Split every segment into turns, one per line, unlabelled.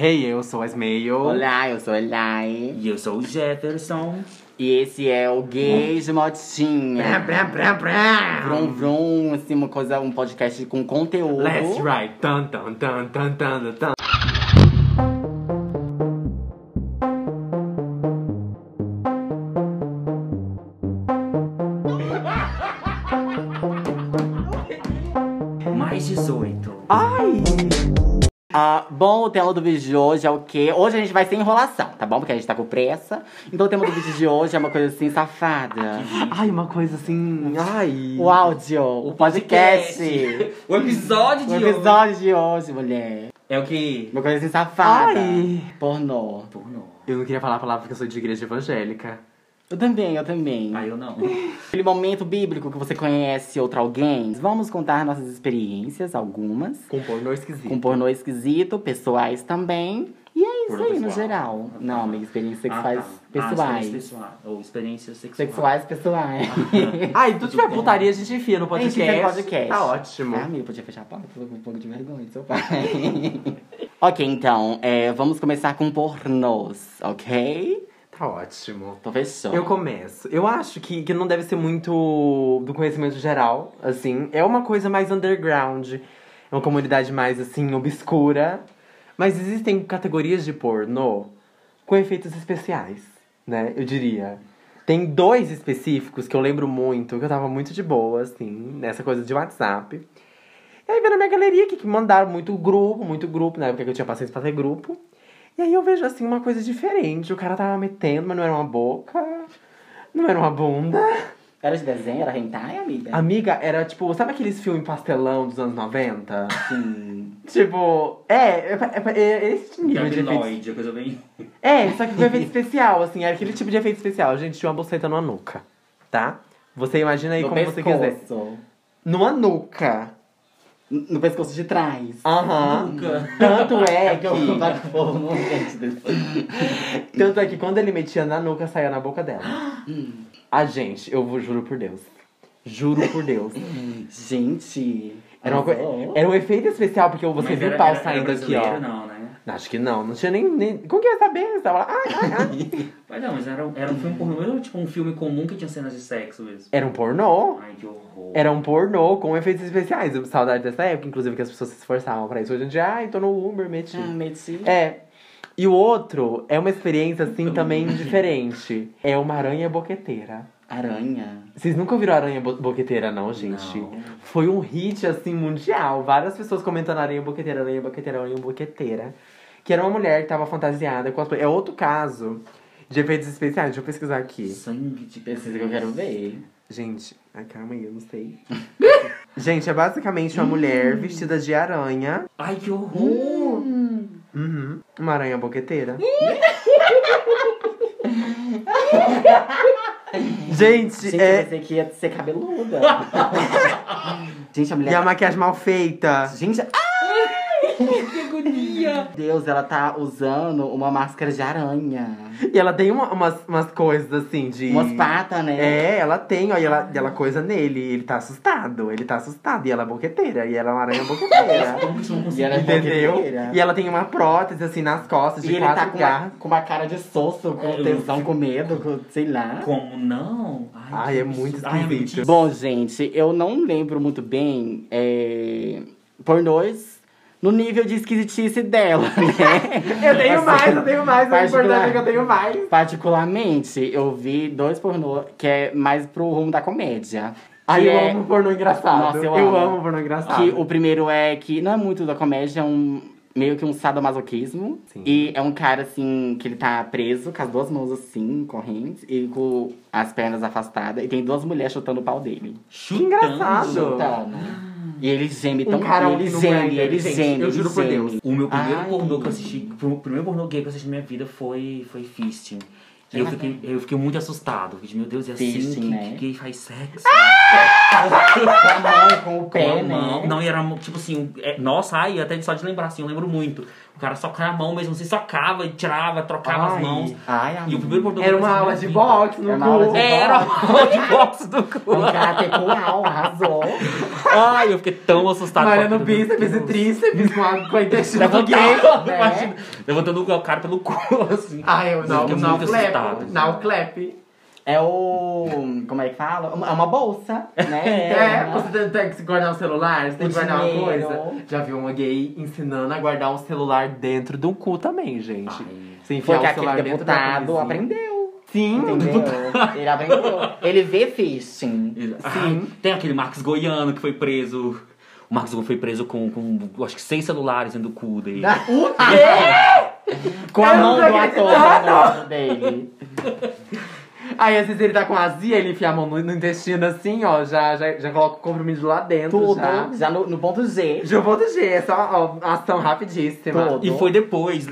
Hey, eu sou a Smail.
Olá, eu sou a Lai.
E eu sou o Jefferson.
E esse é o Gays de Motinha.
brá, brá, brá.
Vrum, vrum, assim, uma coisa, um podcast com conteúdo.
Let's ride. Tan, tan, tan, tan, tan, tan.
Mais 18.
Ah, bom, o tema do vídeo de hoje é o quê? Hoje a gente vai sem enrolação, tá bom? Porque a gente tá com pressa. Então o tema do vídeo de hoje é uma coisa assim, safada.
Ai, uma coisa assim. Ai.
O áudio, o podcast.
o episódio
O
de hoje.
episódio de hoje, mulher.
É o que?
Uma coisa assim, safada.
Ai.
Pornô.
Pornô.
Eu não queria falar a palavra porque eu sou de igreja evangélica.
Eu também, eu também.
Ah, eu não.
Aquele momento bíblico que você conhece outro alguém. Vamos contar nossas experiências, algumas.
Com pornô esquisito.
Com pornô esquisito, pessoais também. E é isso
Pornô
aí, no
pessoal.
geral. Não, amiga, experiências
Ah,
sexuais
tá. Ah, experiência
pessoais.
pessoal. Ou experiência sexual. é
Sexuais pessoais.
Ai, tu tiver
bom.
putaria, a gente enfia no
A gente
podcast.
tem podcast.
Tá ótimo.
Ah, amiga, podia fechar a porta, tô com um pouco de vergonha do seu pai. ok, então, é, vamos começar com pornôs, ok?
Tá ótimo.
Então fechou.
Eu começo. Eu acho que, que não deve ser muito do conhecimento geral, assim. É uma coisa mais underground. É uma comunidade mais, assim, obscura. Mas existem categorias de pornô com efeitos especiais, né? Eu diria. Tem dois específicos que eu lembro muito, que eu tava muito de boa, assim, nessa coisa de WhatsApp. E aí veio na minha galeria que que mandaram muito grupo, muito grupo, na época que eu tinha paciência pra ter grupo. E aí eu vejo assim uma coisa diferente. O cara tava metendo, mas não era uma boca, não era uma bunda.
Era de desenho, era hentai, amiga?
Amiga, era tipo, sabe aqueles filmes pastelão dos anos 90?
Sim.
tipo, é, é, é, é esse nível de efeito.
Gabiloide, a coisa bem.
É, só que com efeito especial, assim, era aquele tipo de efeito especial. Gente, tinha uma buceta numa nuca, tá? Você imagina aí
no
como você
pescoço.
quiser. Numa nuca.
No no pescoço de trás.
Aham.
Nunca.
Tanto Ah, é que.
vou gente.
Tanto é que quando ele metia na nuca, saía na boca dela. Ah, gente, eu vou- juro por Deus. Juro por Deus.
Gente.
Era, uma coi-
arrasou.
era um efeito especial, porque você
Mas
viu
era-
o pau
era- era
saindo aqui,
brasileiro,
ó.
Não, né?
Acho que não, não tinha nem. nem... Como que eu ia saber? Você tava lá. "Ah, Ai, ai, ai.
Mas não, mas era, era um filme pornô. Era tipo um filme comum que tinha cenas de sexo mesmo.
Era um pornô.
Ai, que horror.
Era um pornô com efeitos especiais. Eu saudade dessa época, inclusive, que as pessoas se esforçavam pra isso. Hoje em dia, ai, tô no Uber, meti.
Ah, meti.
É. E o outro é uma experiência, assim, também diferente. É uma aranha boqueteira.
Aranha.
Vocês nunca ouviram Aranha Bo- Boqueteira, não, gente?
Não.
Foi um hit, assim, mundial. Várias pessoas comentando Aranha Boqueteira, Aranha Boqueteira, Aranha Boqueteira. Que era uma mulher que tava fantasiada com as... É outro caso de efeitos especiais. Deixa eu pesquisar aqui.
Sangue de
Precisa é que eu quero ver.
Gente, ai, calma aí, eu não sei. gente, é basicamente uma mulher vestida de aranha.
Ai, que horror.
Uhum. Uma aranha boqueteira. gente,
Gente,
é...
eu pensei que ia ser cabeluda. gente, a mulher. tá-
E a maquiagem mal feita.
Gente, ai,
Que agonia.
meu Deus, ela tá usando uma máscara de aranha.
E ela tem uma- umas, umas coisas assim de.
Umas patas, né?
É, ela tem, ó, e ela, e ela coisa nele. Ele tá assustado, ele tá assustado. E ela é boqueteira, e ela é uma aranha boqueteira.
Como que isso não
E ela é
conseguiu?
entendeu?
boqueteira.
E ela tem uma prótese assim nas costas
E
de
ele tá
quatro
com uma,
garras.
com uma cara de soço, com
É, eu-
tesão, com medo, com sei lá.
Como não?
Ai,
que
é muito
absurdo. Ai, é
esquisito.
muito
Bom, gente, eu não lembro muito bem é, pornôs no nível de esquisitice dela, né?
Eu tenho mais, eu tenho mais. O
Particular.
importante é que eu tenho mais.
Particularmente, eu vi dois pornôs que é mais pro rumo da comédia.
Ai,
que
eu
é-
amo Ah. pornô engraçado.
Nossa, eu amo.
amo pornô engraçado.
Que o primeiro é que não é muito da comédia, é um meio que um sadomasoquismo.
Sim.
E é um cara assim que ele tá preso com as duas mãos assim, correntes, e com as pernas afastadas, e tem duas mulheres chutando o pau dele.
Que engraçado.
Chutando. E ele geme tão
Um cara
ele
que não
geme,
ganha,
ele
gente,
geme.
eu
ele
juro por
geme.
Deus.
O meu primeiro
Ai.
pornô que eu assisti, o primeiro pornô gay que eu assisti na minha vida foi, foi fisting. E eu fiquei, eu fiquei muito assustado. Fiquei, meu Deus, é assim
Fisting,
que,
né?
que gay faz sexo?
Com a mão, com o
Com
pé,
a
né?
um, mão. Não, e era tipo assim, é, nossa, ai, até só de lembrar assim, eu lembro muito. O cara socava a mão mesmo, assim, socava e tirava, trocava as
Ai.
mãos.
Ai, amiga.
E o primeiro português
Era uma aula de boxe no
Era uma aula
cu.
de
É.
boxe.
Era uma aula de boxe do cu.
Um karate com al, arrasou.
Ai, eu fiquei tão assustado. com
Malhando
aquilo, meu
bíceps e
Deus.
tríceps com a, com a intestino do É. gay.
Levantava,
né?
imagina, levantando o cara pelo cu, assim.
Ah, eu não,
Fiquei
não
muito assustado.
clap. Não clap.
É o. Como é que fala? É uma bolsa, né?
É,
interna.
você tem, tem que guardar um celular, você tem
O
que guardar uma
dinheiro.
coisa. Já vi uma gay ensinando a guardar um celular dentro de um cu também, gente.
Ai.
Você enfiar
Porque
o celular
aquele
dentro da
deputado
camisinha.
aprendeu.
Sim,
Então, Entendeu? Ele aprendeu. Ele vê phishing.
Ai, tem aquele Marcos Goiano que foi preso. O Marcos Goiano foi preso com, com acho que seis celulares dentro do cu dele.
O quê? Com a
Eu não
mão
tô
do ator
acreditando.
famoso dele.
Aí às vezes ele tá com azia, ele enfia a mão no, no intestino assim, ó, já, já, já coloca o comprimido lá dentro
Tudo.
já.
Já no, no ponto G.
Já vou do G, é só ó, ação rapidíssima.
Tudo.
E foi depois.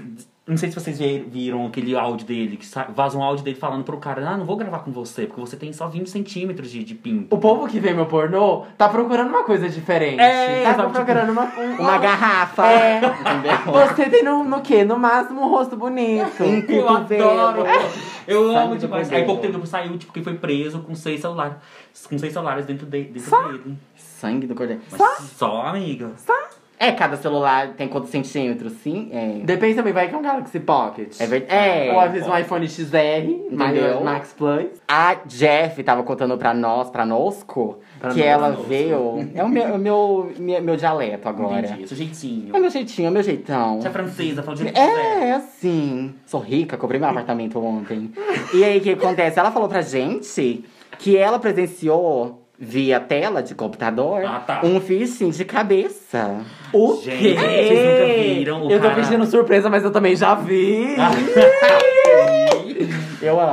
Não sei se vocês ve- viram aquele áudio dele, que sa- vaza um áudio dele falando pro cara, ah, não vou gravar com você, porque você tem só 20 centímetros de, de pinto.
O povo que vê meu pornô tá procurando uma coisa diferente.
É,
tá
sabe,
procurando uma, um-
Uma garrafa.
É.
Entendeu?
Você tem no, no quê? No máximo um rosto bonito.
Um
Eu
cotovelo.
adoro! Eu
Sai
amo
do
demais.
poder.
Aí pouco tempo depois saiu, tipo, que foi preso com seis celulares. Com seis celulares dentro, de, dentro dele.
Sangue do cordeiro.
Mas só, amiga.
É, cada celular tem quantos centímetros? Sim, é.
Depende também, vai que é um Galaxy Pocket.
É verdade. É.
Ou às vezes um iPhone XR, maior
Entendeu?
Max Plus.
A Jeff tava contando pra nós, pra nosco,
Pra
que
nós,
ela
nosco.
veio. É o meu, o meu, minha- meu dialeto agora.
Entendi, sujeitinho.
É meu jeitinho, é meu jeitão.
Você é francesa, fala de jeito que quiser.
É, assim. Sou rica, comprei meu apartamento ontem. E aí, o que acontece? Ela falou pra gente que ela presenciou, via tela de computador,
Ah, tá.
um phishing de cabeça.
O
Gente,
quê?
vocês nunca viram o
Eu tô
cara-
fingindo surpresa, mas eu também já vi.
Eu amo.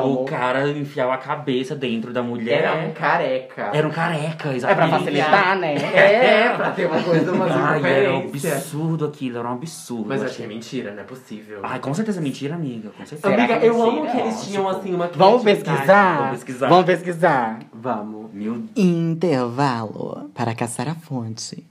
O É. cara enfiava a cabeça dentro da
Era
mulher.
um careca.
Era um careca,
É pra
exatamente.
facilitar, né?
É, é, pra ter uma coisa, uma
Ai, era um
circunferência.
absurdo aquilo, era um absurdo.
Mas eu achei mentira, não é possível.
Ai, com certeza é mentira, amiga. Com certeza. Tipo,
Será
Amiga,
que é
eu amo
mentira?
que eles tinham assim uma
Vamos
criatividade.
pesquisar?
vamos pesquisar.
Vamos pesquisar.
Vamos.
Meu
Intervalo para caçar a fonte.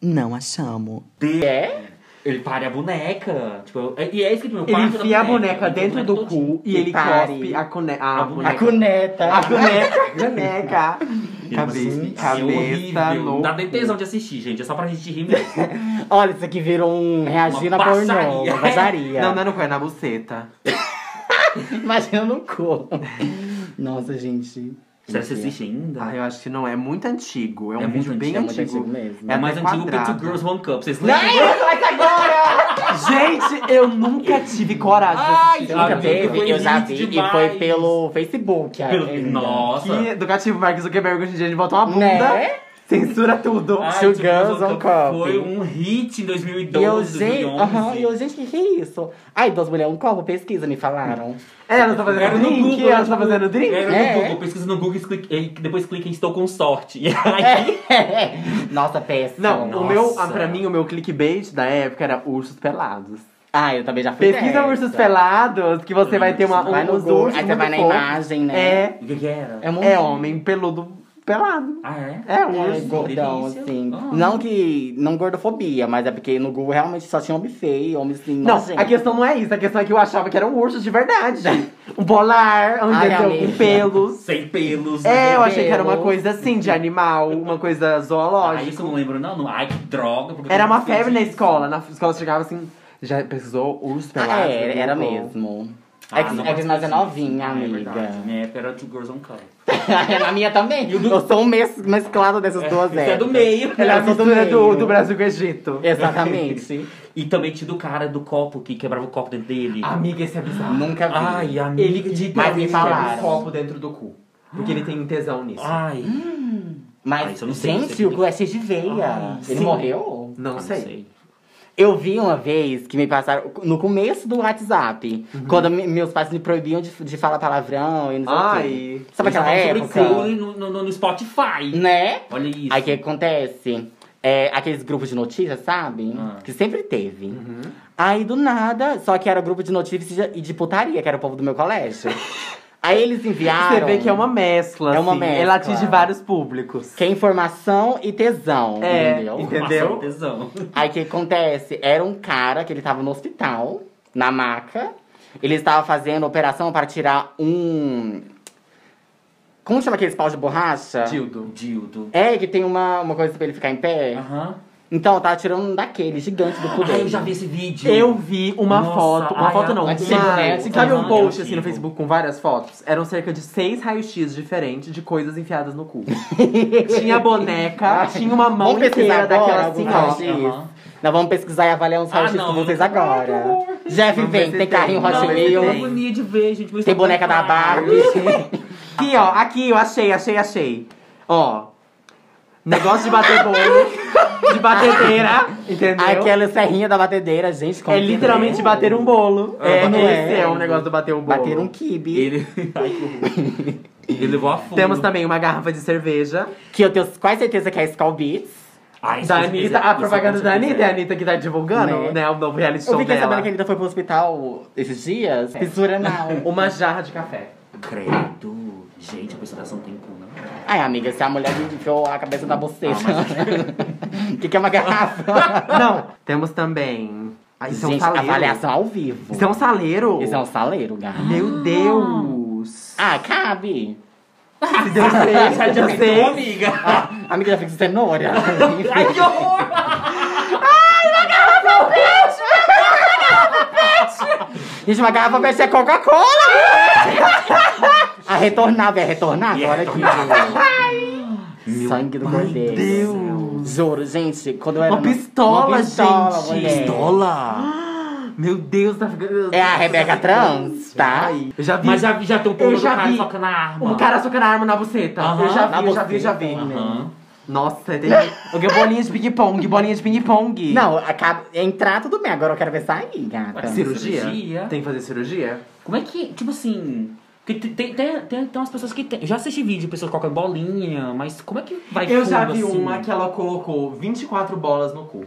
Não achamos.
Deus.
É?
Ele pare a boneca. Tipo, eu- e é isso que tipo, eu
Ele
parto da
enfia a boneca
eu
dentro
boneco
do
todinho.
cu e ele
Pare.
cospe a, cone... a,
A
A
boneca.
cuneta.
A boneca. A boneca.
Assim,
Cabeça,
assim,
cabeça
horrível.
no
Dá nem tesão de assistir, gente. É só pra gente rir mesmo.
Olha, isso aqui virou um reagir
Uma
na pornô.
passaria.
Uma vazaria.
Não, não é no cu, é na buceta.
Imagina no cu. Nossa, gente.
Será que isso existe ainda?
Ah, eu acho que não, é muito antigo. É um
É muito
vídeo bem
É
antigo.
muito antigo mesmo.
É
é mais
até
antigo que Two
quadrado.
Girls One Cup. Vocês
Não,
lembram?
mas agora!
Gente, eu nunca tive coragem
Ai,
de
Você
assistir.
nunca
Amigo,
teve? Eu já vi
feliz
e foi
demais.
pelo Facebook.
Pelo-
ainda.
Nossa.
é! Que educativo, Mark Zuckerberg hoje em dia ele bota uma bunda,
Né?
censura tudo.
Ai,
Two
Ah, Two Girls One Cup. Foi
Cup.
um hit em
E eu,
2012,
gente, aham,
2011.
e eu, gente, que que é isso? Ai, duas mulheres, um copo, pesquisa, me falaram.
É, ela tá fazendo
Era no
drink,
Google,
ela
tipo,
tá fazendo drink.
Era no
É.
Google, pesquisa no Google e clica- e depois clica em Estou com sorte. E aí,
É. Nossa, péssimo.
Não, o
Nossa.
meu, ah, pra mim, o meu clickbait da época era ursos pelados.
Ah, eu também já fui
Pesquisa
dessa.
ursos pelados, que você vai ter uma,
Vai no
uns
Google,
ursos
aí você vai na
muito fofos.
imagem, né?
É,
o que que era?
É, um
é homem peludo pelado.
Ah, é?
É, um
É,
urso.
gordão,
delícia.
assim.
Ah.
Não que. Não gordofobia, mas é porque no Google realmente só tinha homem feio, homem assim.
Não,
nojento.
a questão não é isso. A questão é que eu achava que era um urso de verdade. Um polar,
Ai,
entendeu?
amiga.
Com pelos.
Sem pelos.
É, eu
né?
achei que era uma
Pelos.
coisa assim, de animal, uma coisa
Ah,
zoológica.
isso eu não lembro, não. não. Ai, que droga. porque
Era
eu
uma
não sei
febre na
disso.
escola. Na escola chegava assim, já pesquisou urso
Ah,
pelado.
é, era
Google.
mesmo.
né, Ah,
é que,
não
é que
pode
nós é
dizer isso.
novinha,
Ah, é
amiga. É,
verdade. Minha época era Two Girls One Cup.
Na minha também. Eu sou um mes mesclado dessas duas
Isso é do
épocas.
meio.
Era a
Ela é do
mistura do,
meio.
do Brasil com o Egito.
Exatamente.
E também tinha do cara do copo, que quebrava o copo dentro dele.
Amiga, esse é bizarro.
Nunca vi.
Ai, amiga.
Ele
Mas me
literalmente quebra um
falaram. Ah,
copo dentro do cu. Porque ele tem tesão nisso.
Ai,
Mas,
Ah, isso eu não sei,
gente,
isso é Ah,
o Gu é cheio de veia.
Ai,
Ele
sim.
morreu?
Não,
eu
sei.
Eu vi uma vez que me passaram, no começo do WhatsApp,
Uhum.
quando me- meus pais me proibiam de, de falar palavrão e não sei o quê.
Ai.
Sabe
Eles
aquela
falavam sobre
época?
cu no, no, no Spotify.
Né?
Olha isso.
Aí o que acontece? É, aqueles grupos de notícias, sabe?
Ah.
Que sempre teve. Aí do nada, só que era grupo de notícias e de putaria, que era o povo do meu colégio. Aí eles enviaram.
Você vê que é uma mescla,
É uma
assim.
mescla.
Ela atinge vários públicos.
Que é informação e tesão,
É,
entendeu?
entendeu?
Maçã, um tesão.
Aí o que acontece? Era um cara que ele tava no hospital, na maca. Ele estava fazendo operação para tirar um. Como chama aqueles pau de borracha?
Dildo.
Dildo.
É, que tem uma, uma coisa pra ele ficar em pé.
Ah.
Aham.
Então, eu tava tirando um daquele, gigante do cu
Ah,
dele.
eu já vi esse vídeo.
Eu vi uma
Nossa,
foto, uma
ai,
foto não,
é
uma,
antigo, né? Antigo,
sabe um
né?
post
É
assim
antigo.
no Facebook com várias fotos? Eram cerca de seis raios-x diferentes de coisas enfiadas no cu. tinha boneca, tinha uma mão
Vamos pesquisar
inteira daquela
agora
assim,
alguma
ó.
raios-x.
coisa disso.
Aham.
Nós vamos pesquisar e avaliar uns
Ah,
raios
não,
com vocês
eu não-
agora. Jeff
Vamos ver
vem,
se
tem
tem.
carrinho
Não,
Hot
mas
eu tenho
tem.
Wheel,
agonia é de ver, gente. mas
tem
tá
boneca da
preparado.
Barbie.
Aqui, ó, aqui, eu achei, achei, achei. Ó, negócio de bater bolo, de batedeira, entendeu?
Aquela serrinha da batedeira, gente. como
É
que
literalmente bater um bolo. É,
não
esse
é.
é. o negócio do bater um bolo.
Bater um quibe.
Ele. Ai, que horror. Ele levou a fundo.
Temos também uma garrafa de cerveja.
Que eu tenho quase certeza que é Skull Beats.
Ai, isso
da
eu
Anitta,
fizer-
a
isso
propaganda
eu
da
fizer.
Anitta. É a Anitta que tá divulgando,
Né?
né? O novo reality
Eu
show
fiquei
dela.
sabendo que ele foi pro hospital esses dias.
É.
Fissura anal.
Uma jarra de café.
Credo. Gente, a apresentação tem cu, não.
Ai, amiga, se a mulher me enfiou a cabeça na bochecha.
Ah,
O que, que é uma garrafa?
Não, temos também... Ah, isso é um
Gente,
saleiro.
avaliação ao vivo.
Isso é um saleiro?
Isso é um saleiro, garrafa.
Meu Deus!
Ah, cabe.
Se deu seis, se deu seis.
amiga.
A amiga já fica com cenoura.
Ai, que horror.
Gente, uma garrafa peixe é Coca-Cola. a retornável, é
Ah,
retornável?
É
Olha aqui.
Meu
Sangue do
Meu
cordeiro.
Deus!
Juro, gente, quando eu era...
Uma pistola,
uma pistola,
gente.
mulher.
Dola.
Meu Deus, tá ficando...
É a Rebeca Trans, tá?
Ai, eu já vi.
Mas já, já tem um
Eu
porno do
já
cara
vi.
socando na arma.
Um cara socando a arma na buceta.
Aham,
eu já
na
vi, eu já vi, eu já vi. né?
buceta.
Aham.
Nossa, tem... Eu ganhei bolinha de ping-pong, bolinha de ping-pong.
Não, acaba... entrar tudo bem, agora eu quero ver sair, gata.
Vai ser-
Cirurgia?
Cirurgia.
Tem que fazer cirurgia?
Como é que, tipo assim... Porque tem, tem, tem, tem, tem umas pessoas que tem... Eu já assisti vídeo de pessoas colocando bolinha, mas como é que vai
Eu já
fundo
vi
assim?
uma que ela colocou 24 bolas no cu.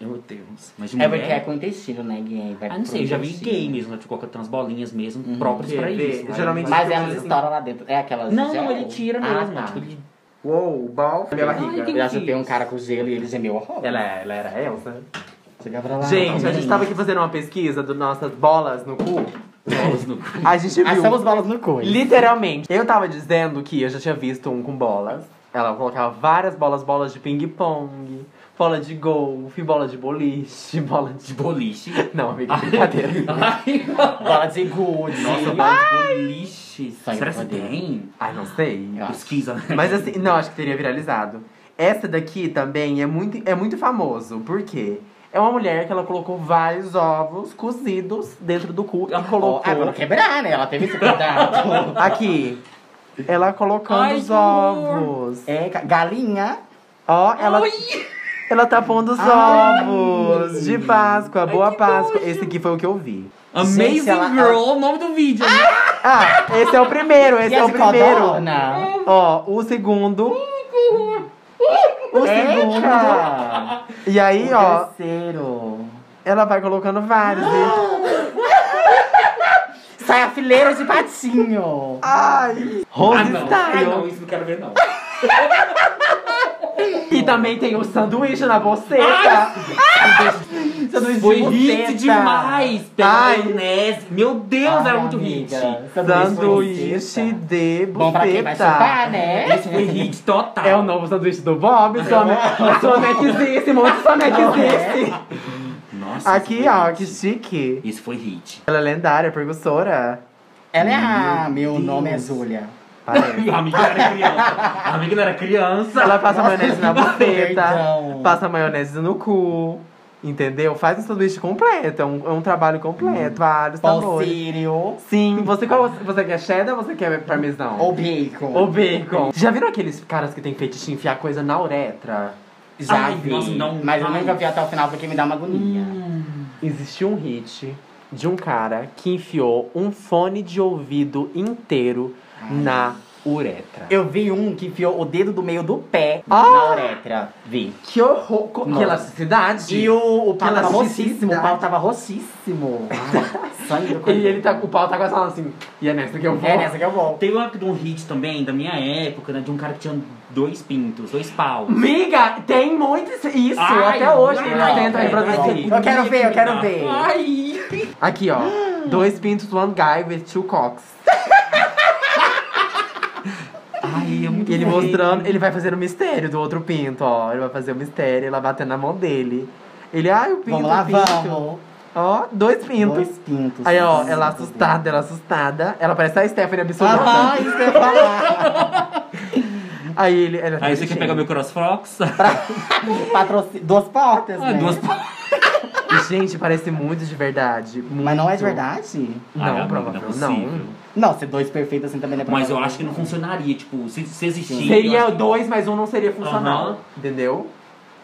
Meu Deus. Mas de
É
mulher...
porque é com intestino, né, gay? Vai
Ah, não
pro
sei, eu já vi
intestino.
gay mesmo, né? Tipo, colocando umas bolinhas mesmo, próprias
Quer
pra
ver?
isso. né?
Geralmente-
Mas
Tipo,
elas
assim-
estouram lá dentro. É aquelas
Não,
de gel?
não, ele tira
Ah,
mesmo.
tá.
Tipo, ele...
Uou, bal na minha barriga.
Ai,
Eu já chutei um cara com gelo e ele gemeu horror.
é.
Ela, ela era Elsa.
Chega pra lá. né?
Gente, a gente
menina.
tava aqui fazendo uma pesquisa das nossas bolas no cu.
Bolas no cu.
A gente viu.
Achamos balas no cu.
Literalmente. Eu tava dizendo que eu já tinha visto um com bolas. Ela colocava várias bolas, bolas de ping-pong, bola de golfe, bola de boliche, bola de.
De boliche.
Não,
Ah,
amiga, é brincadeira.
Ai,
Bola de gude.
Nossa, bola de boliche.
Sai
Será que
do poder.
tem?
Ai, não sei.
Tá.
Eu acho.
Pesquisa. né?
Mas assim, não, acho que teria viralizado. Essa daqui também é muito, é muito famoso, por quê? É uma mulher que ela colocou vários ovos cozidos dentro do cu e
Ó,
colocou
Ah, pra não quebrar, né? Ela teve esse cuidado.
aqui. Ela colocando
Ai,
os
que horror.
ovos.
é, ca- galinha.
Ó, ela ela tá pondo os
Ai.
ovos de Páscoa, boa
que
Páscoa. Esse aqui foi o que eu vi.
Amazing
Gente, ela-
Girl, o nome do vídeo. né?
Ah, esse é o primeiro, esse
E
é o
as
primeiro.
codorna?
Ó, o segundo. O
É,
segundo.
Eita!
E aí, ó,
Terceiro.
ela vai colocando
Ah!
vários. e-
Sai a fileira de patinho.
Ai!
Ah,
Rose
não. Ai,
Style.
não, isso não quero ver, não.
E também tem o sanduíche na bolseta. é
Sanduíche de
Foi
buceta.
hit demais. Pegou
Ai.
maionese. Meu Deus,
Ai,
era muito
amiga.
hit.
Sanduíche de
Bom pra quem vai
buceta.
chupar, né?
Esse foi hit total.
É o novo sanduíche do Bob. O Sonex existe, monte de Sonex
é?
existe.
Nossa.
Aqui,
esse foi
ó,
hit.
que chique.
Isso foi hit.
Ela é lendária, percussora.
Ela é a... Meu
Deus.
nome é Júlia.
Parece.
A amiga não era criança. A amiga não era criança.
Ela passa maionese
é
na buceta,
Perdão.
passa maionese no cu. Entendeu? Faz um sanduíche completo, é um, é um trabalho completo. Vários
Hum. Pão
sabores.
sírio.
Sim, você, qual, você quer cheddar ou você quer parmesão?
Ou bacon.
Ou bacon. Já viram aqueles caras que tem fetiche de enfiar coisa na uretra?
Já
Ai,
vi.
nossa, não-
mas eu
ai.
nunca vi até o final porque me dá uma agonia.
Existiu um hit de um cara que enfiou um fone de ouvido inteiro na uretra.
Eu vi um que enfiou o dedo do meio do pé
Ah!
na uretra. Vi.
Que horror! co- Que
Nossa.
elasticidade!
E o, o pau
Que
tava
elasticidade.
roxíssimo. O pau tava roxíssimo. Ai, Sangue do
E
coitado.
ele tá, o pau tá quase falando assim, e é nessa que eu vou.
É nessa que eu vou.
Teve uma época de um hit também, da minha época, né? De um cara que tinha dois pintos, dois paus.
Miga, tem muito isso isso
Ai,
até hoje.
não,
Tem lá dentro aí
não,
pra
não.
você.
Eu quero ver, eu quero ver.
Ai! Aqui, ó. Dois pintos, one guy with two cocks.
Ai, é muito
E ele
feio.
mostrando, ele vai fazer o mistério do outro pinto, ó. Ele vai fazer o mistério, ela batendo na mão dele. Ele, ai, o pinto,
Vamos lá,
o pinto.
vamos.
Ó, dois pintos.
Dois pintos.
Aí, ó,
Dois
ela
pintos.
assustada, ela assustada. Ela parece a Stephanie absurda.
Aham, isso que eu ia falar.
Aí ele. Ela
Aí você quer pegar meu crossfox?
É.
Patrocin... Duas portas,
Ah,
né?
duas paus.
Gente, parece muito de verdade. Muito.
Mas não é de verdade?
Não,
Ah, amiga,
provável,
possível.
não.
Não, ser dois perfeitos assim também não é
Mas eu
provável.
acho que não funcionaria, tipo, se, se existisse. eu
Seria
acho que-
dois, mas um não seria funcional.
Aham.
Entendeu?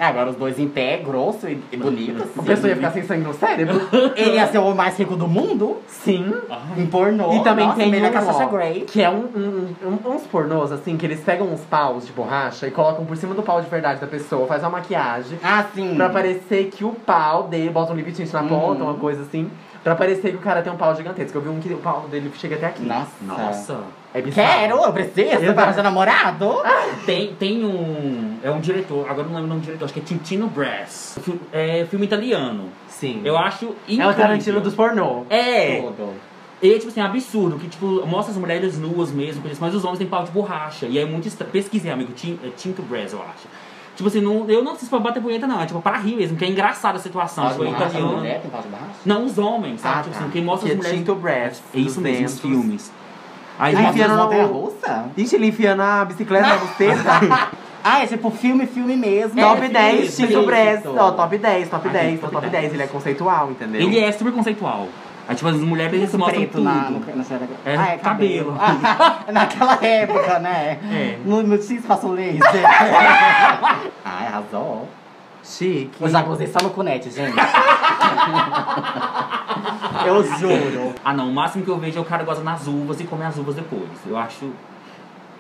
É, agora os dois em pé, grosso e, e bonito,
A
assim.
pessoa ia ficar sem sangue no cérebro?
Ele ia ser o mais rico do mundo,
Sim.
Ah,
em pornô.
E também
Nossa,
tem
melhor que a
um, ó,
Sasha Grey.
que é um, um- um- uns pornôs, assim, que eles pegam uns paus de borracha e colocam por cima do pau de verdade da pessoa, faz uma maquiagem.
Ah, sim.
Pra parecer que o pau dele, bota um lip tint na ponta,
Uhum.
uma coisa assim. Pra parecer que o cara tem um pau gigantesco. Eu vi um que o pau dele chega até aqui.
Nossa.
Nossa.
É bizarro.
Quero, eu preciso,
Eu
para
também.
ser namorado.
Tem, tem um. É um diretor, agora eu não lembro o nome do diretor, acho que é Tintino Brass. Fi- É filme italiano.
Sim.
Eu acho incrível.
é o Tarantino dos pornô.
É!
Tudo.
E é, tipo assim, absurdo, que tipo, mostra as mulheres nuas mesmo, coisa assim, mas os homens têm pau de borracha. E é muito estranho. Pesquisei, amigo, Tim- é Tinto Brass, eu acho. Tipo assim, não, eu não sei se pra bater punheta, não. É tipo pra rir mesmo, que é engraçada a situação.
Pau de
Tipo, é
borracha,
italiano.
mulher tem pau de borracha?
Não, os homens, sabe?
Ah,
tipo
tá.
assim, quem mostra
Que
as
é
mulheres.
Tinto Brass.
É isso
dos
mesmo, nos
dentos.
filmes.
Ai,
Aí
Ah,
mostra
enfiaram
enfiaram
no-
montanha russa?
Ixi, ele enfiando a bicicleta na buceta.
Ah, é tipo filme, filme mesmo.
top
É,
10,
filme,
Tinto Brass.
isso.
Ó, top 10, top
Ai,
10,
top
top 10.
10.
Ele é conceitual, entendeu?
Ele é super conceitual. Aí, tipo, as mulheres eles
Isso
mostram
preto
tudo.
na, no, na senhora-
É,
ah, é cabelo. Ah, Naquela época, né?
É.
No, no X passou laser. Ai, arrasou.
Chique.
Eu já gozei é só no cunete, gente. eu juro.
Ah, não. O máximo que eu vejo é o cara goza nas uvas e come as uvas depois. Eu acho.